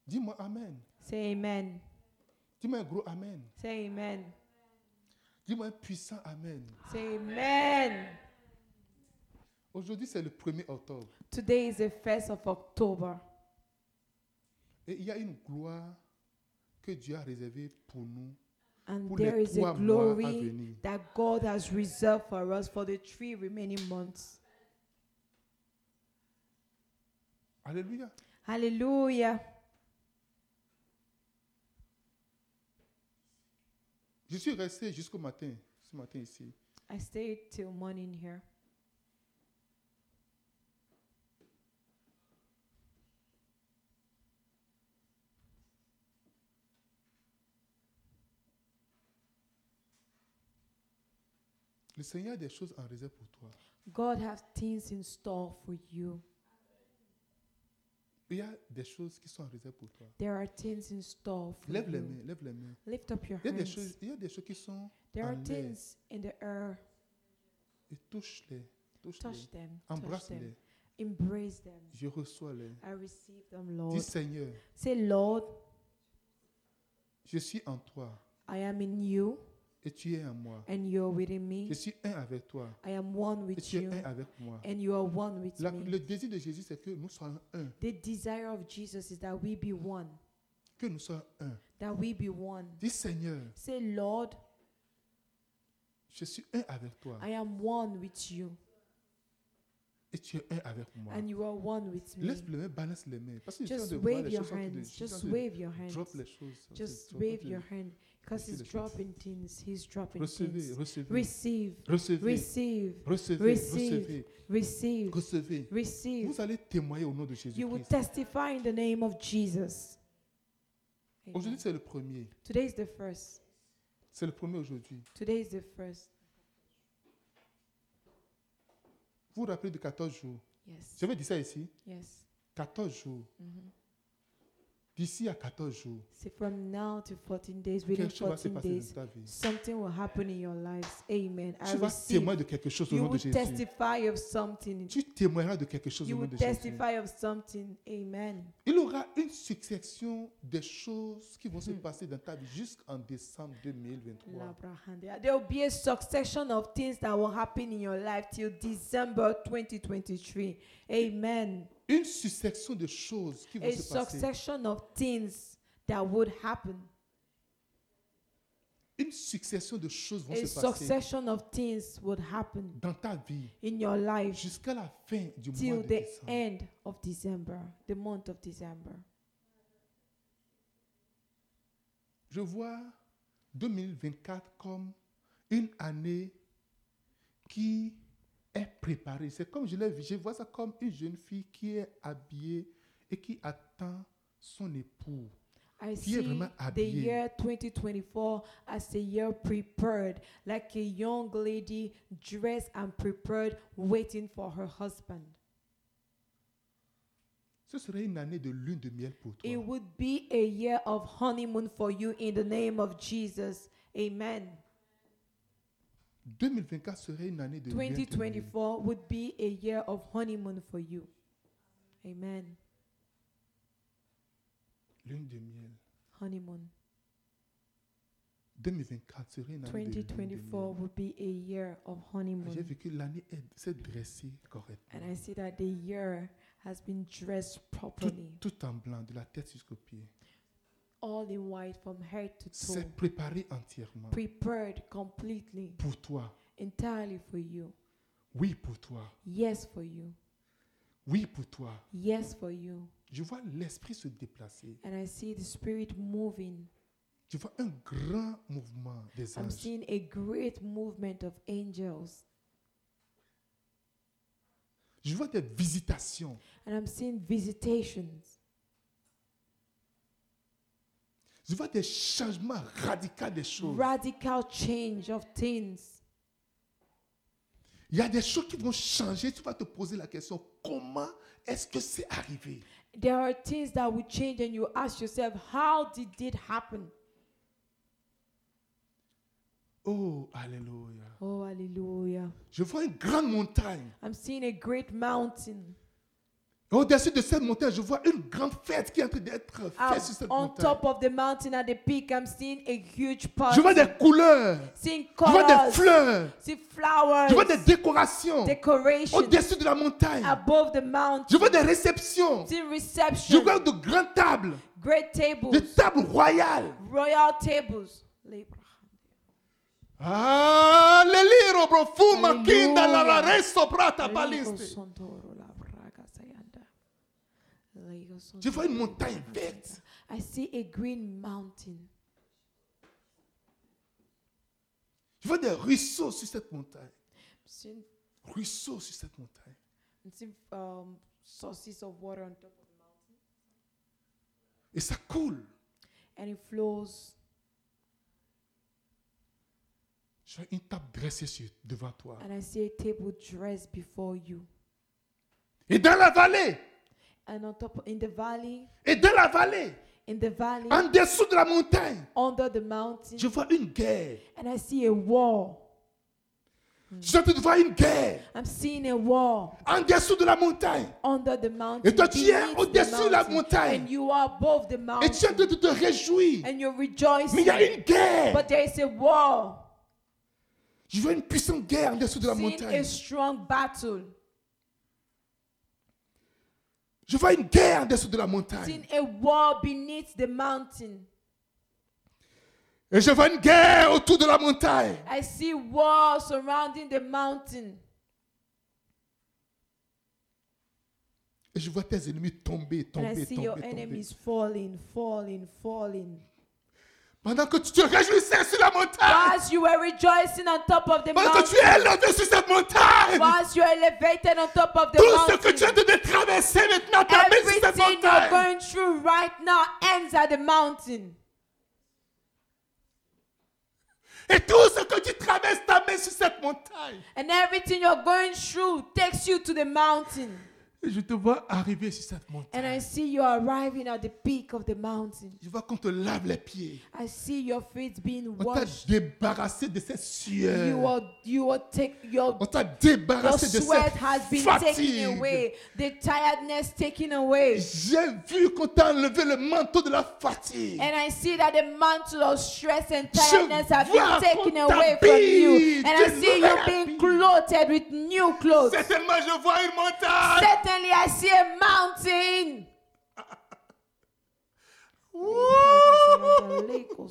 S1: Dis-moi Amen.
S2: Say amen.
S1: Dis-moi un gros Amen.
S2: Say amen.
S1: Dis-moi un puissant Amen.
S2: Say amen.
S1: Aujourd'hui, c'est le 1er octobre.
S2: Today is the 1st of October.
S1: Et il y a une gloire que Dieu a réservée pour nous
S2: And
S1: pour
S2: there
S1: les
S2: is a
S1: trois mois à
S2: glory
S1: venir.
S2: that God has reserved for us for the three remaining months.
S1: Alléluia.
S2: Hallelujah.
S1: Je suis resté jusqu'au matin, ce matin ici.
S2: I stayed till morning here.
S1: Le Seigneur a des choses en réserve pour toi.
S2: God has things in store for you.
S1: Il y a des choses qui sont en réserve pour toi.
S2: There are things in store for
S1: Lève les
S2: you.
S1: mains, lève les mains.
S2: Lift up your
S1: Il y a des
S2: hands.
S1: choses, il y a des choses qui sont
S2: there are
S1: en l'air.
S2: things in the air.
S1: et touche-les, touche-les.
S2: Touch them. Touch them.
S1: Embrasse-les.
S2: Embrace them.
S1: Je reçois les.
S2: I receive them, Lord.
S1: Dis Seigneur,
S2: Say, Lord,
S1: je suis en toi
S2: I am in you
S1: et tu es en moi.
S2: and you're within me.
S1: Je suis un avec toi
S2: I am one
S1: et
S2: with
S1: tu es
S2: you
S1: un avec moi.
S2: and you are one with
S1: La-
S2: me.
S1: le désir de Jésus, c'est que nous soyons un,
S2: The desire of Jesus is that we be one.
S1: que nous soyons un.
S2: That we be one.
S1: Dis Seigneur,
S2: Say, Lord,
S1: je suis un avec toi
S2: I am one with you
S1: et tu es un avec moi.
S2: and you are one with me.
S1: Lève les mains, balance les mains. Parce que je suis en train
S2: Just
S1: de voir
S2: wave
S1: les
S2: your
S1: choses en train de-
S2: hands.
S1: je suis en
S2: Just
S1: train de
S2: wave your hands.
S1: Drop les choses. en train de-
S2: Just
S1: drop les
S2: wave
S1: choses.
S2: your hand because
S1: Receive
S2: he's
S1: the chance.
S2: dropping things. He's dropping
S1: Recevez,
S2: things.
S1: recevez,
S2: Receive,
S1: recevez,
S2: receive,
S1: recevez,
S2: receive,
S1: recevez,
S2: receive,
S1: recevez.
S2: receive.
S1: Vous allez témoigner au nom de
S2: You will
S1: Jésus-Christ.
S2: testify in the name of Jesus. Amen.
S1: Aujourd'hui, c'est le premier.
S2: Today is the first.
S1: C'est le premier aujourd'hui.
S2: Today is the first.
S1: Vous vous rappelez de 14 jours
S2: Yes.
S1: Je vais dire ça ici.
S2: Yes.
S1: 14 jours.
S2: Mhm.
S1: D'ici à 14 jours,
S2: See, from now to 14 days, within
S1: quelque chose va se
S2: 14
S1: passer
S2: days,
S1: dans ta vie.
S2: something will happen in your lives. Amen. I
S1: Tu vas
S2: receive.
S1: témoigner de quelque chose au
S2: You
S1: nom de
S2: will
S1: Jésus.
S2: testify of something.
S1: Tu témoigneras de quelque chose
S2: You
S1: au nom
S2: will
S1: de Jésus.
S2: testify of something. Amen.
S1: Il y aura une succession des choses qui vont se
S2: Hmm.
S1: passer dans ta vie jusqu'en décembre 2023.
S2: Labrahande. There will be a succession of things that will happen in your life till December 2023. Amen.
S1: Une succession de choses qui vont
S2: A
S1: se passer.
S2: succession of things that would happen.
S1: Une succession de choses vont
S2: A
S1: se passer
S2: succession of things would happen
S1: dans ta vie
S2: in your life
S1: jusqu'à la fin du mois
S2: till
S1: de
S2: the
S1: décembre.
S2: end of December, the month of December.
S1: Je vois 2024 comme une année qui est préparée. C'est comme je l'ai vu, je vois ça comme une jeune fille qui est habillée et qui attend son époux.
S2: I
S1: Qui est
S2: see
S1: vraiment
S2: the
S1: habillée.
S2: year 2024 as a year prepared, like a young lady dressed and prepared, waiting for her husband.
S1: Ce serait une année de lune de miel pour toi.
S2: It would be a year of honeymoon for you in the name of Jesus. Amen.
S1: 2024 serait une année de lune de miel.
S2: 2024 would be a year of honeymoon for you. Amen.
S1: Lune de miel.
S2: Honeymoon.
S1: 2024 serait une année de lune de miel.
S2: 2024
S1: Ah,
S2: would be a year of honeymoon.
S1: J'ai vécu l'année est- s'est dressée correctement.
S2: And I see that the year has been dressed
S1: Tout,
S2: properly,
S1: tout en blanc, de la tête jusqu'aux pieds.
S2: all in white from head to toe,
S1: C'est préparé entièrement
S2: prepared completely,
S1: pour toi.
S2: entirely for you.
S1: Oui, pour toi.
S2: Yes, for you.
S1: Oui, pour toi.
S2: Yes, for you.
S1: Je vois l'esprit se déplacer.
S2: And I see the Spirit moving.
S1: Je vois un grand mouvement des
S2: I'm
S1: anges.
S2: seeing a great movement of angels.
S1: Je vois des visitations.
S2: And I'm seeing visitations.
S1: Je vois des changements radicaux des choses.
S2: Radical change of things.
S1: Il y a des choses qui vont changer. Tu vas te poser la question, comment est-ce que c'est arrivé
S2: There are things that will change, and you ask yourself, how did it happen?
S1: Oh, alléluia.
S2: Oh, hallelujah.
S1: Je vois une grande montagne.
S2: I'm seeing a great mountain.
S1: Et au-dessus de cette montagne, je vois une grande fête qui est en train d'être
S2: Up
S1: faite sur cette
S2: Um, Ah, on
S1: montagne.
S2: top of the mountain at the peak, I'm seeing a huge party.
S1: Je vois des couleurs.
S2: seeing
S1: Je vois des
S2: colors,
S1: fleurs.
S2: see flowers,
S1: Je vois des décorations.
S2: decorations
S1: Au-dessus de la montagne.
S2: above the mountain,
S1: Je vois des réceptions.
S2: see
S1: Je
S2: reception,
S1: vois de grandes tables.
S2: great tables,
S1: Des tables royales.
S2: royal tables. Libra.
S1: Alléluia, profuma, kinda, la, la,
S2: Alléluia.
S1: reso, prata,
S2: Lego
S1: paliste.
S2: Santoro, la braga sayanda. Lego
S1: Je vois une
S2: Santoro,
S1: montagne
S2: la
S1: verte.
S2: braga. I see a green mountain.
S1: Je vois des ruisseaux sur cette montagne.
S2: I'm seeing,
S1: Ruisseaux sur cette montagne.
S2: I'm seeing um, sources of water on top of the mountain.
S1: Et ça coule.
S2: And it flows.
S1: Je vois une table dressée sur- devant toi.
S2: And I see a table dressed before you.
S1: Et dans la vallée,
S2: And on top, in the valley,
S1: et dans la vallée,
S2: in the valley,
S1: en dessous de la montagne,
S2: under the mountain.
S1: je vois une guerre.
S2: And I see a wall.
S1: Je suis en train de voir une guerre.
S2: I'm seeing a wall
S1: En dessous de la montagne.
S2: under the mountain.
S1: Et toi, tu es
S2: beneath
S1: au-dessus de la montagne.
S2: And you are above the
S1: Et tu es en train
S2: mountain.
S1: de te réjouir.
S2: And you're
S1: Mais
S2: rejoicing.
S1: il y a une guerre.
S2: But there is a war.
S1: Je vois une puissante guerre en dessous de la
S2: Seeing a
S1: montagne.
S2: strong battle.
S1: Je vois une guerre en dessous de la montagne.
S2: Seeing a war beneath the mountain.
S1: Et je vois une guerre autour de la montagne.
S2: I see war surrounding the mountain.
S1: Et je vois tes ennemis tomber,
S2: And I
S1: tomber,
S2: see your
S1: tomber, tomber.
S2: enemies falling, falling, falling.
S1: Pendant que tu te réjouissais sur la montagne.
S2: Whilst you were rejoicing on top of the
S1: Pendant que tu
S2: mountain,
S1: es élevé sur cette montagne.
S2: [LAUGHS] whilst you are elevated on top of
S1: Tout
S2: the
S1: ce que tu es en
S2: mountain,
S1: train de traverser maintenant t'amène sur cette
S2: everything you're
S1: montagne.
S2: going through right now ends at the mountain.
S1: Et tout ce que tu traverses t'amène sur cette montagne.
S2: And everything you're going through takes you to the mountain.
S1: Et je te vois arriver sur cette
S2: And I
S1: montagne.
S2: see you arriving at the peak of the mountain.
S1: Je vois qu'on te lave les pieds.
S2: I see your feet being
S1: On t'a
S2: washed.
S1: débarrassé de cette
S2: You
S1: sueur.
S2: are you are take your
S1: On t'a
S2: your
S1: débarrassé de
S2: sweat
S1: cette
S2: has been taken
S1: fatigue.
S2: away. The tiredness taken away.
S1: J'ai vu qu'on t'a enlevé le manteau de la fatigue.
S2: And I see that the mantle of stress and
S1: Je
S2: tiredness have been
S1: vois
S2: taken
S1: qu'on
S2: away from you.
S1: t'habille
S2: And I
S1: de
S2: see you
S1: nouvelles
S2: being
S1: habits.
S2: clothed with new clothes.
S1: Certainement, je vois une montagne.
S2: Certainly, I see a mountain.
S1: Wouh!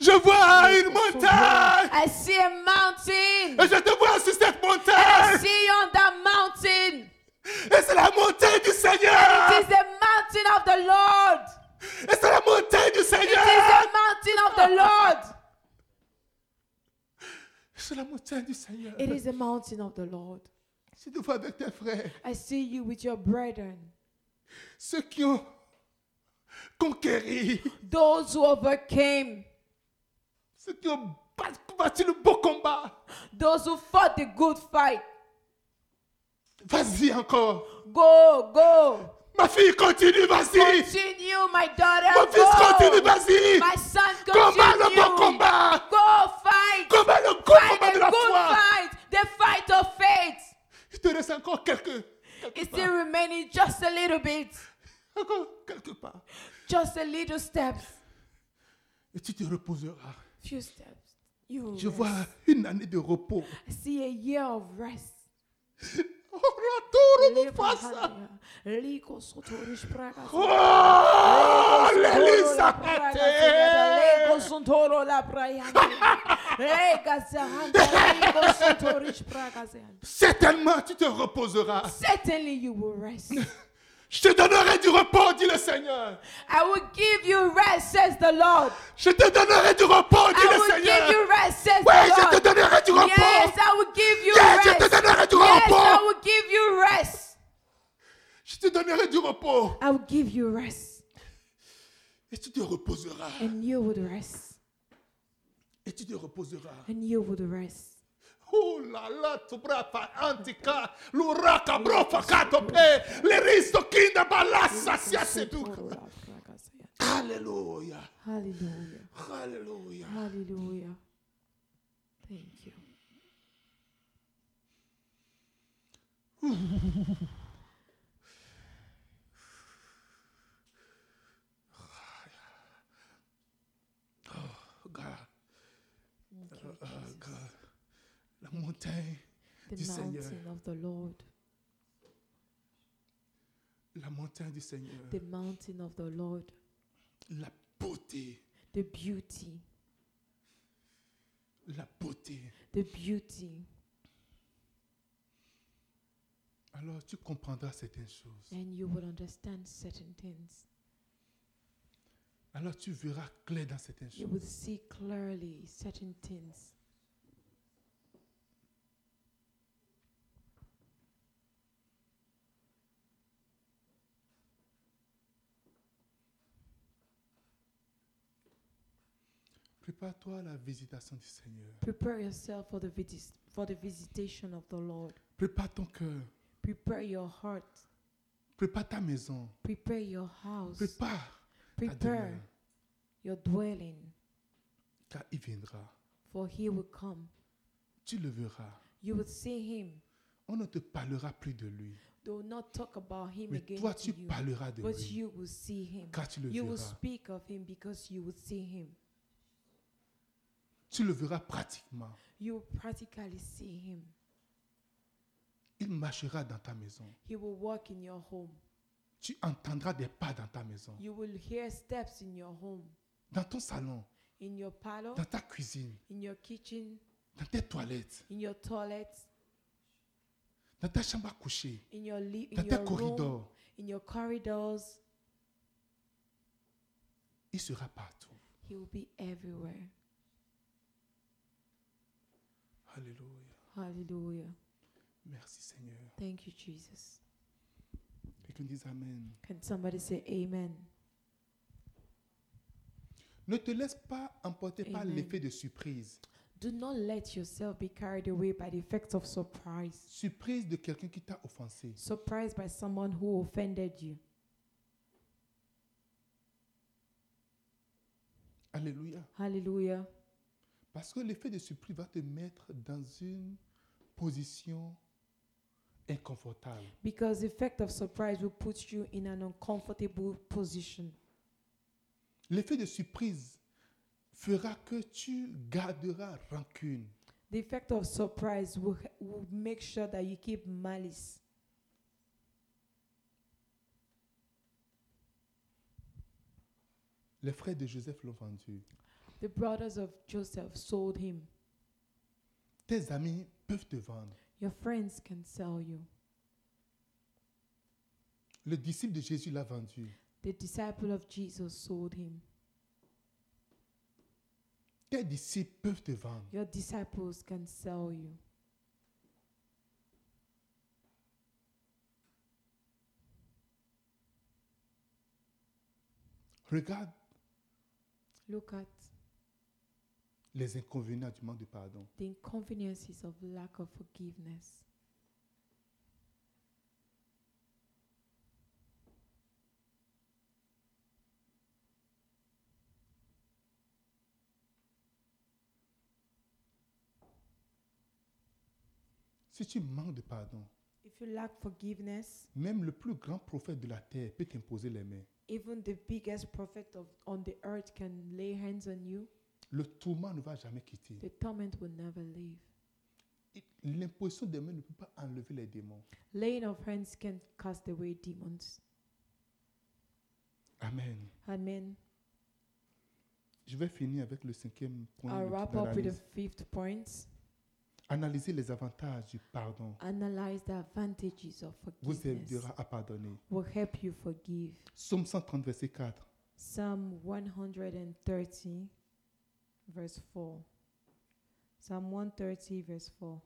S1: Je vois une montagne.
S2: I see a mountain.
S1: Et je te vois sur cette
S2: I
S1: montagne.
S2: see you on that mountain.
S1: Et c'est la montagne du
S2: It
S1: Seigneur.
S2: is the mountain of the Lord.
S1: Et c'est la montagne du
S2: It is the
S1: Seigneur.
S2: mountain of the Lord.
S1: C'est la montagne du Seigneur.
S2: It is the mountain of the Lord.
S1: Je te vois avec tes frères.
S2: I see you with your brethren,
S1: Ceux qui ont conquéri.
S2: those who overcame,
S1: Ceux qui ont bat- battu le beau combat.
S2: those who fought the good fight.
S1: Vas-y encore.
S2: Go, go.
S1: Ma fille, continue, vas-y.
S2: Continue, my daughter.
S1: Mon fils,
S2: go.
S1: continue, vas-y.
S2: My son,
S1: Combat le
S2: continue.
S1: bon combat.
S2: Go fight.
S1: Combat le gros combat
S2: Fight
S1: de
S2: the
S1: la
S2: good
S1: foi.
S2: fight. The fight of faith.
S1: Il te reste encore quelques,
S2: It's
S1: quelques
S2: still
S1: pas.
S2: remaining just a little bit,
S1: Encore quelques pas.
S2: just a little steps,
S1: Et tu te reposeras.
S2: few steps. You will
S1: Je
S2: rest.
S1: vois une année de repos.
S2: I see a year of rest.
S1: Oh, retourne, mon face.
S2: Oh,
S1: Oh, l'élu
S2: Lego
S1: s'arrête.
S2: Santoro la Brayante. Lega Zahanta, Lego Santorish Bragazan.
S1: Certainement, tu te reposeras.
S2: Certainly you will rest.
S1: Je te donnerai du repos, dit le Seigneur.
S2: I will give you rest, says the Lord.
S1: Je te donnerai du repos, dit
S2: I
S1: le
S2: will
S1: Seigneur.
S2: give you rest, says
S1: Oui, je te
S2: the Lord.
S1: donnerai du
S2: Yes,
S1: repos.
S2: I will give you
S1: Yes, je te
S2: rest.
S1: donnerai du
S2: Yes, I
S1: repos.
S2: will give you rest.
S1: Je te donnerai du repos.
S2: I will give you rest,
S1: Et tu te reposeras.
S2: and you would rest,
S1: Et tu te reposeras.
S2: and you would rest.
S1: Oh là là, tu brapa antica, l'uraca brofa catope, le risto kinda balassa sia seduca. Alléluia.
S2: Hallelujah,
S1: Alléluia.
S2: hallelujah. Thank you.
S1: Oh God. Oh God. La montagne,
S2: The
S1: Du Seigneur.
S2: mountain of the Lord,
S1: la montagne du Seigneur,
S2: the mountain of the Lord,
S1: la beauté,
S2: the beauty,
S1: la beauté.
S2: the beauty,
S1: Alors tu comprendras certaines choses.
S2: and you will understand certain things.
S1: Alors tu verras clair dans certaines
S2: You
S1: choses.
S2: will see clearly certain things.
S1: Prépare-toi à la visitation du Seigneur.
S2: Prepare yourself for the vitis- for the visitation of the Lord.
S1: Prépare ton cœur.
S2: Prepare your heart.
S1: Prépare ta maison.
S2: Prepare your house.
S1: Prépare ta
S2: Prepare
S1: demeure.
S2: your dwelling,
S1: Car il viendra.
S2: for he will come.
S1: Tu le verras.
S2: You will see him.
S1: On ne te parlera plus de lui.
S2: They will not talk about him
S1: Mais
S2: again
S1: toi,
S2: to
S1: tu
S2: you,
S1: parleras de
S2: but
S1: lui.
S2: you will see him.
S1: Car tu le
S2: You will
S1: verras.
S2: speak of him because you will see him.
S1: Tu le verras pratiquement.
S2: You will practically see him.
S1: Il marchera dans ta maison.
S2: He will walk in your home.
S1: Tu entendras des pas dans ta maison.
S2: You will hear steps in your home,
S1: Dans ton salon,
S2: in your parlor,
S1: dans ta cuisine,
S2: in your kitchen,
S1: dans tes toilettes,
S2: in your toilet,
S1: dans ta chambre à coucher,
S2: in your li- in
S1: dans tes
S2: your room,
S1: corridors.
S2: in your corridors.
S1: Il sera partout.
S2: He will be everywhere.
S1: Alléluia.
S2: Hallelujah.
S1: Merci Seigneur.
S2: Thank you, Jesus.
S1: Et qu'on dise Amen.
S2: Can somebody say amen?
S1: Ne te laisse pas emporter par
S2: Amen.
S1: l'effet de surprise.
S2: Do not let yourself be carried away by the effect of surprise.
S1: Surprise de quelqu'un qui t'a offensé.
S2: Surprised by someone who offended you.
S1: Alléluia.
S2: Hallelujah.
S1: Parce que l'effet de surprise va te mettre dans une position inconfortable.
S2: Because the effect of surprise will put you in an uncomfortable position.
S1: L'effet de surprise fera que tu garderas rancune.
S2: The effect of surprise will, will make sure that you keep malice.
S1: Les frères de Joseph l'ont vendu.
S2: The brothers of Joseph sold him.
S1: Tes amis peuvent te vendre.
S2: Your friends can sell you.
S1: Le disciple de Jésus l'a vendu.
S2: The disciple of Jesus sold him.
S1: Tes disciples peuvent te vendre.
S2: Your disciples can sell you.
S1: Regarde
S2: Look at
S1: les inconvénients du manque de pardon.
S2: the inconveniences of lack of forgiveness.
S1: Si tu manques de pardon,
S2: If you lack forgiveness,
S1: même le plus grand prophète de la terre peut t'imposer les mains.
S2: even the biggest prophet of, on the earth can lay hands on you.
S1: Le tourment ne va jamais quitter.
S2: The torment will never leave.
S1: L'imposition des mains ne peut pas enlever les démons.
S2: Laying of hands can cast away demons.
S1: Amen.
S2: Amen.
S1: Je vais finir avec le cinquième point.
S2: I'll
S1: de-
S2: wrap up with the
S1: d'analyse.
S2: fifth point.
S1: Analyser les avantages du pardon
S2: Analyze the advantages of
S1: vous
S2: forgiveness.
S1: aidera à pardonner.
S2: Will help you forgive.
S1: Psaume 130, verset 4.
S2: Psalm 130, verse 4. Psalm 130, verse 4.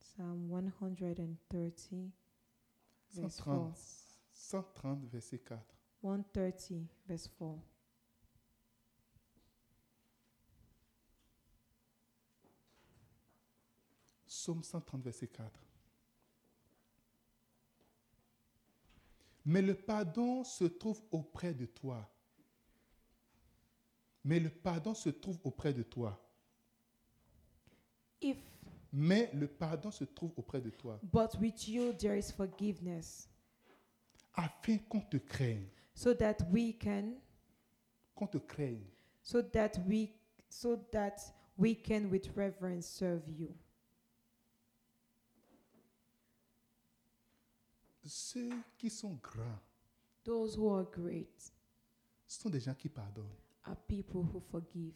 S2: Psalm 130, verse 4.
S1: 130, 130 verset 4.
S2: 130, verse 4.
S1: Psaume 130, verset 4. Mais le pardon se trouve auprès de toi. Mais le pardon se trouve auprès de toi.
S2: If,
S1: Mais le pardon se trouve auprès de toi,
S2: but with you there is forgiveness,
S1: afin qu'on te craigne,
S2: so that we can,
S1: qu'on te craigne.
S2: so that we, so that we can with reverence serve you.
S1: Ceux qui sont grands
S2: Those who are great
S1: sont des gens qui pardonnent.
S2: are people who forgive.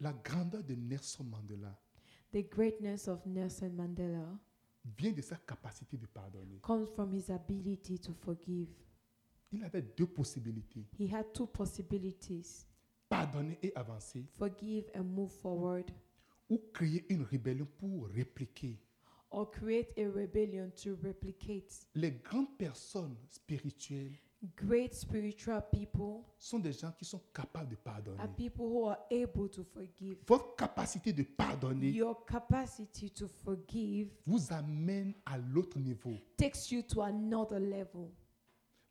S1: La grandeur de Nelson Mandela
S2: The greatness of Nelson Mandela
S1: vient de sa capacité de pardonner.
S2: comes from his ability to forgive.
S1: Il avait deux possibilités,
S2: He had two possibilities
S1: pardonner et avancer,
S2: forgive and move forward,
S1: ou créer une rébellion pour répliquer.
S2: or create a rebellion to replicate.
S1: Les grandes personnes spirituelles
S2: Great spiritual people
S1: sont des gens qui sont capables de
S2: are
S1: pardonner.
S2: people who are able to forgive.
S1: Votre capacité de pardonner
S2: Your capacity to forgive
S1: vous amène à l'autre niveau.
S2: takes you to another level.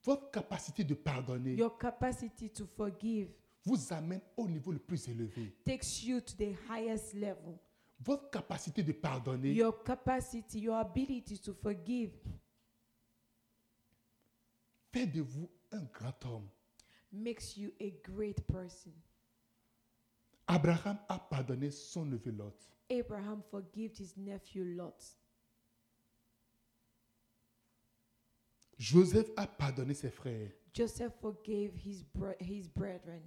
S1: Votre capacité de pardonner
S2: Your capacity to forgive
S1: vous amène au niveau le plus élevé.
S2: takes you to the highest level.
S1: Votre capacité de pardonner
S2: Your capacity, your ability to forgive
S1: fait de vous un grand homme.
S2: makes you a great person.
S1: Abraham a pardonné son neveu Lot.
S2: Abraham forgave his nephew Lot.
S1: Joseph a pardonné ses frères.
S2: Joseph forgave his, bro- his brethren.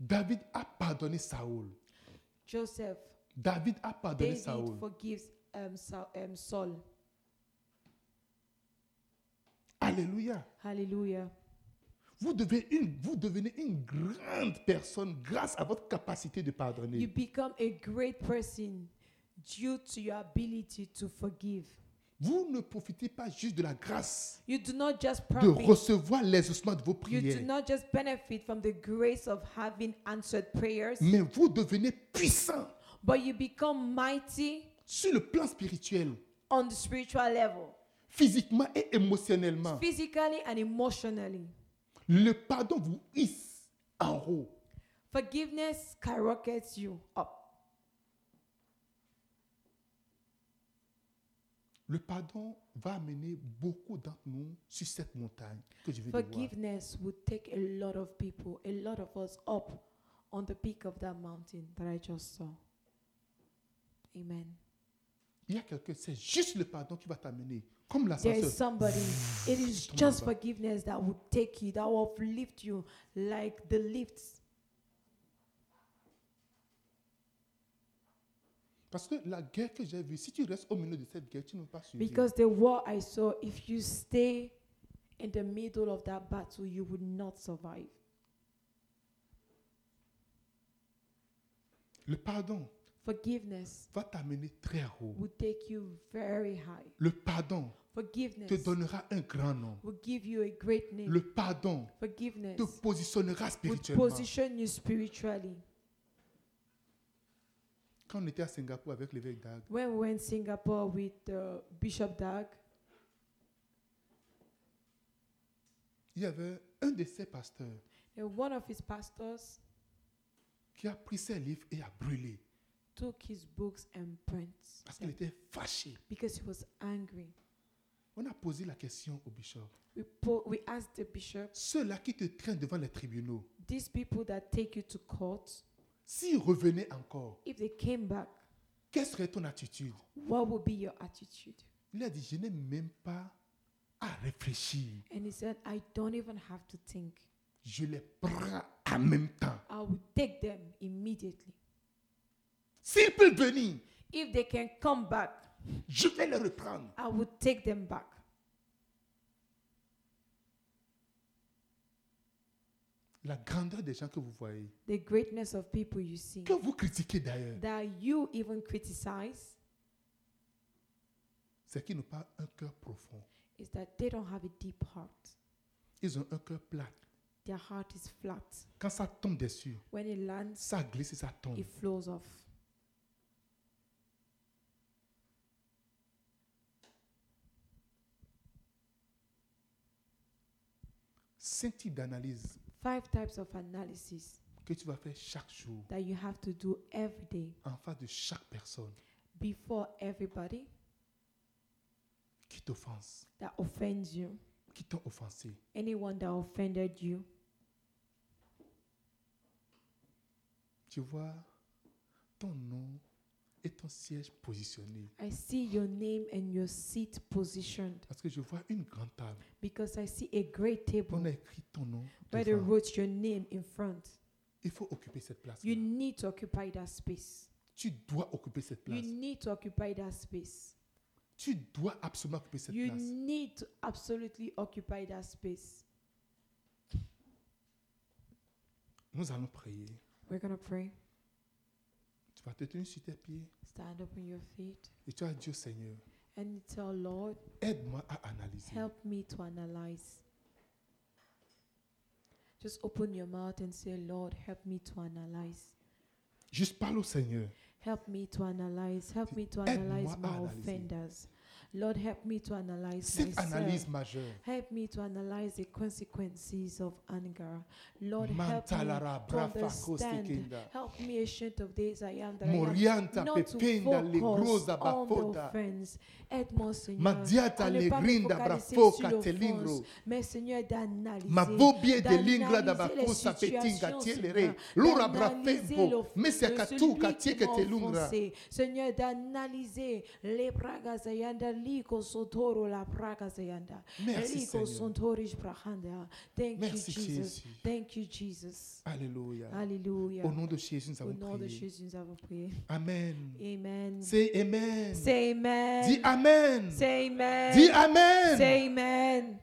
S1: David a pardonné Saül.
S2: Joseph,
S1: David a pardonné
S2: David
S1: Saül.
S2: forgives um, Saul, um, Saul.
S1: Alléluia.
S2: Hallelujah.
S1: Vous, devez une- vous devenez une grande personne grâce à votre capacité de
S2: You
S1: pardonner.
S2: become a great person due to your ability to forgive.
S1: Vous ne profitez pas juste de la grâce
S2: You do not just
S1: de
S2: profit,
S1: recevoir l'exaucement de vos
S2: Ah, you do
S1: prières,
S2: not just benefit from the grace of having answered prayers,
S1: mais vous devenez puissant
S2: but you become mighty
S1: sur le plan spirituel,
S2: on the spiritual level,
S1: physiquement et émotionnellement.
S2: physically and emotionally.
S1: Le pardon vous hisse en haut.
S2: Forgiveness skyrockets you up.
S1: Le pardon va amener beaucoup d'entre nous sur cette montagne que je vais devoir.
S2: Forgiveness would take a lot of people, a lot of us up on the peak of that mountain that I just saw. Amen.
S1: Il y a quelqu'un, c'est juste le pardon qui va t'amener, comme
S2: There is
S1: l'ascenseur.
S2: somebody, it
S1: [SIGHS]
S2: is
S1: Come on,
S2: just
S1: Baba.
S2: forgiveness that would take you, that will uplift you like the lifts.
S1: Parce que la guerre que j'ai vue, si tu restes au milieu de cette guerre, tu ne vas pas survivre.
S2: Because the war I saw, if you stay in the middle of that battle, you would not survive.
S1: Le pardon
S2: Forgiveness
S1: va t'amener très haut.
S2: would take you very high.
S1: Le pardon
S2: Forgiveness
S1: te donnera un grand nom.
S2: will give you a great name.
S1: Le pardon
S2: Forgiveness
S1: te positionnera
S2: would
S1: spirituellement.
S2: position you spiritually.
S1: Quand on était à Singapour avec l'évêque Dag,
S2: When we were in Singapore with uh, Bishop Dag,
S1: il y avait un de ses pasteurs
S2: uh, one of his pastors
S1: qui a pris ses livres et a brûlé
S2: took his books and prints
S1: parce qu'il
S2: them
S1: était fâché.
S2: because he was angry.
S1: On a posé la question au bishop.
S2: We, po- we asked the bishop,
S1: Ceux-là qui te traînent devant les tribunaux,
S2: these people that take you to court,
S1: s'ils revenaient encore,
S2: if they came back,
S1: quelle serait ton attitude
S2: what would be your attitude?
S1: Il a dit, je n'ai même pas à réfléchir.
S2: And he said, I don't even have to think.
S1: Je les prends en même temps.
S2: I will take them immediately.
S1: S'ils peuvent venir,
S2: If they can come back,
S1: je vais les reprendre.
S2: I will take them back.
S1: La grandeur des gens que vous voyez,
S2: The greatness of people you see
S1: que vous critiquez d'ailleurs,
S2: that you even criticize
S1: c'est qu'ils n'ont pas un cœur profond.
S2: is that they don't have a deep heart.
S1: Ils ont un cœur plat.
S2: Their heart is flat.
S1: Quand ça tombe dessus,
S2: When it lands,
S1: ça glisse et ça tombe.
S2: it flows off.
S1: Cinq types d'analyses
S2: Five types of analysis
S1: que tu vas faire chaque jour
S2: that you have to do every day
S1: en face de chaque personne
S2: before everybody
S1: qui t'offense,
S2: that offends you,
S1: qui t'ont offensé.
S2: anyone that offended you.
S1: Tu vois ton nom et ton siège positionnés.
S2: I see your name and your seat positioned
S1: Parce que je vois une grande table.
S2: because I see a great table
S1: On a écrit ton nom.
S2: where they
S1: devant.
S2: wrote your name in front.
S1: Il faut occuper cette place.
S2: You need to occupy that space.
S1: Tu dois occuper cette
S2: You
S1: place.
S2: need to occupy that space.
S1: Tu dois absolument occuper cette
S2: You
S1: place.
S2: need to absolutely occupy that space.
S1: Nous allons prier.
S2: We're going to pray.
S1: Tu vas te tenir sur tes pieds
S2: Stand up on your feet
S1: et tu vas dire, Seigneur,
S2: and you tell Lord,
S1: aide-moi à analyser.
S2: help me to analyze. Just open your mouth and say, Lord, help me to analyze.
S1: Juste parle au Seigneur.
S2: Help me to analyze. Help me to
S1: Aide-moi
S2: analyze
S1: à
S2: my
S1: analyser.
S2: offenders. Lord, help me to analyze
S1: Cette
S2: myself.
S1: analyse majeure.
S2: Help me to analyze the consequences of anger. Lord, help me
S1: Mantalara
S2: to
S1: brafa
S2: understand.
S1: kostekinda.
S2: Help me, ancient of days, I am that I am.
S1: Morianta
S2: Not to
S1: pependa
S2: focus
S1: legrosa
S2: on the
S1: bafoda.
S2: offense. Aide-moi, Seigneur,
S1: Madiata
S2: à ne pas me
S1: legrinda
S2: focaliser sur
S1: brafoca
S2: l'offense,
S1: telingro.
S2: Mais Seigneur, d'analyser.
S1: Ma bobie de lingra da
S2: d'analyser les
S1: bacosa petinga
S2: situations,
S1: tielere.
S2: Seigneur,
S1: Lora
S2: d'analyser
S1: brafempo.
S2: l'offense
S1: Mesia
S2: de
S1: katuka
S2: celui qui
S1: tieke
S2: m'a
S1: telungra.
S2: offensé. Seigneur, d'analyser les pragas zayanda, liko sotoro la praga zayanda.
S1: Merci,
S2: Liko
S1: Seigneur.
S2: sontorish brahanda. hein. Thank you,
S1: Merci,
S2: Jesus.
S1: Jésus.
S2: Thank you, Jesus.
S1: Alléluia.
S2: Alléluia.
S1: Au nom de Jésus, nous
S2: Au
S1: avons
S2: nom de
S1: prié.
S2: Jésus, nous avons prié.
S1: Amen.
S2: Amen.
S1: Say amen.
S2: Say amen.
S1: Dis amen.
S2: Say amen.
S1: Dis amen.
S2: Say amen.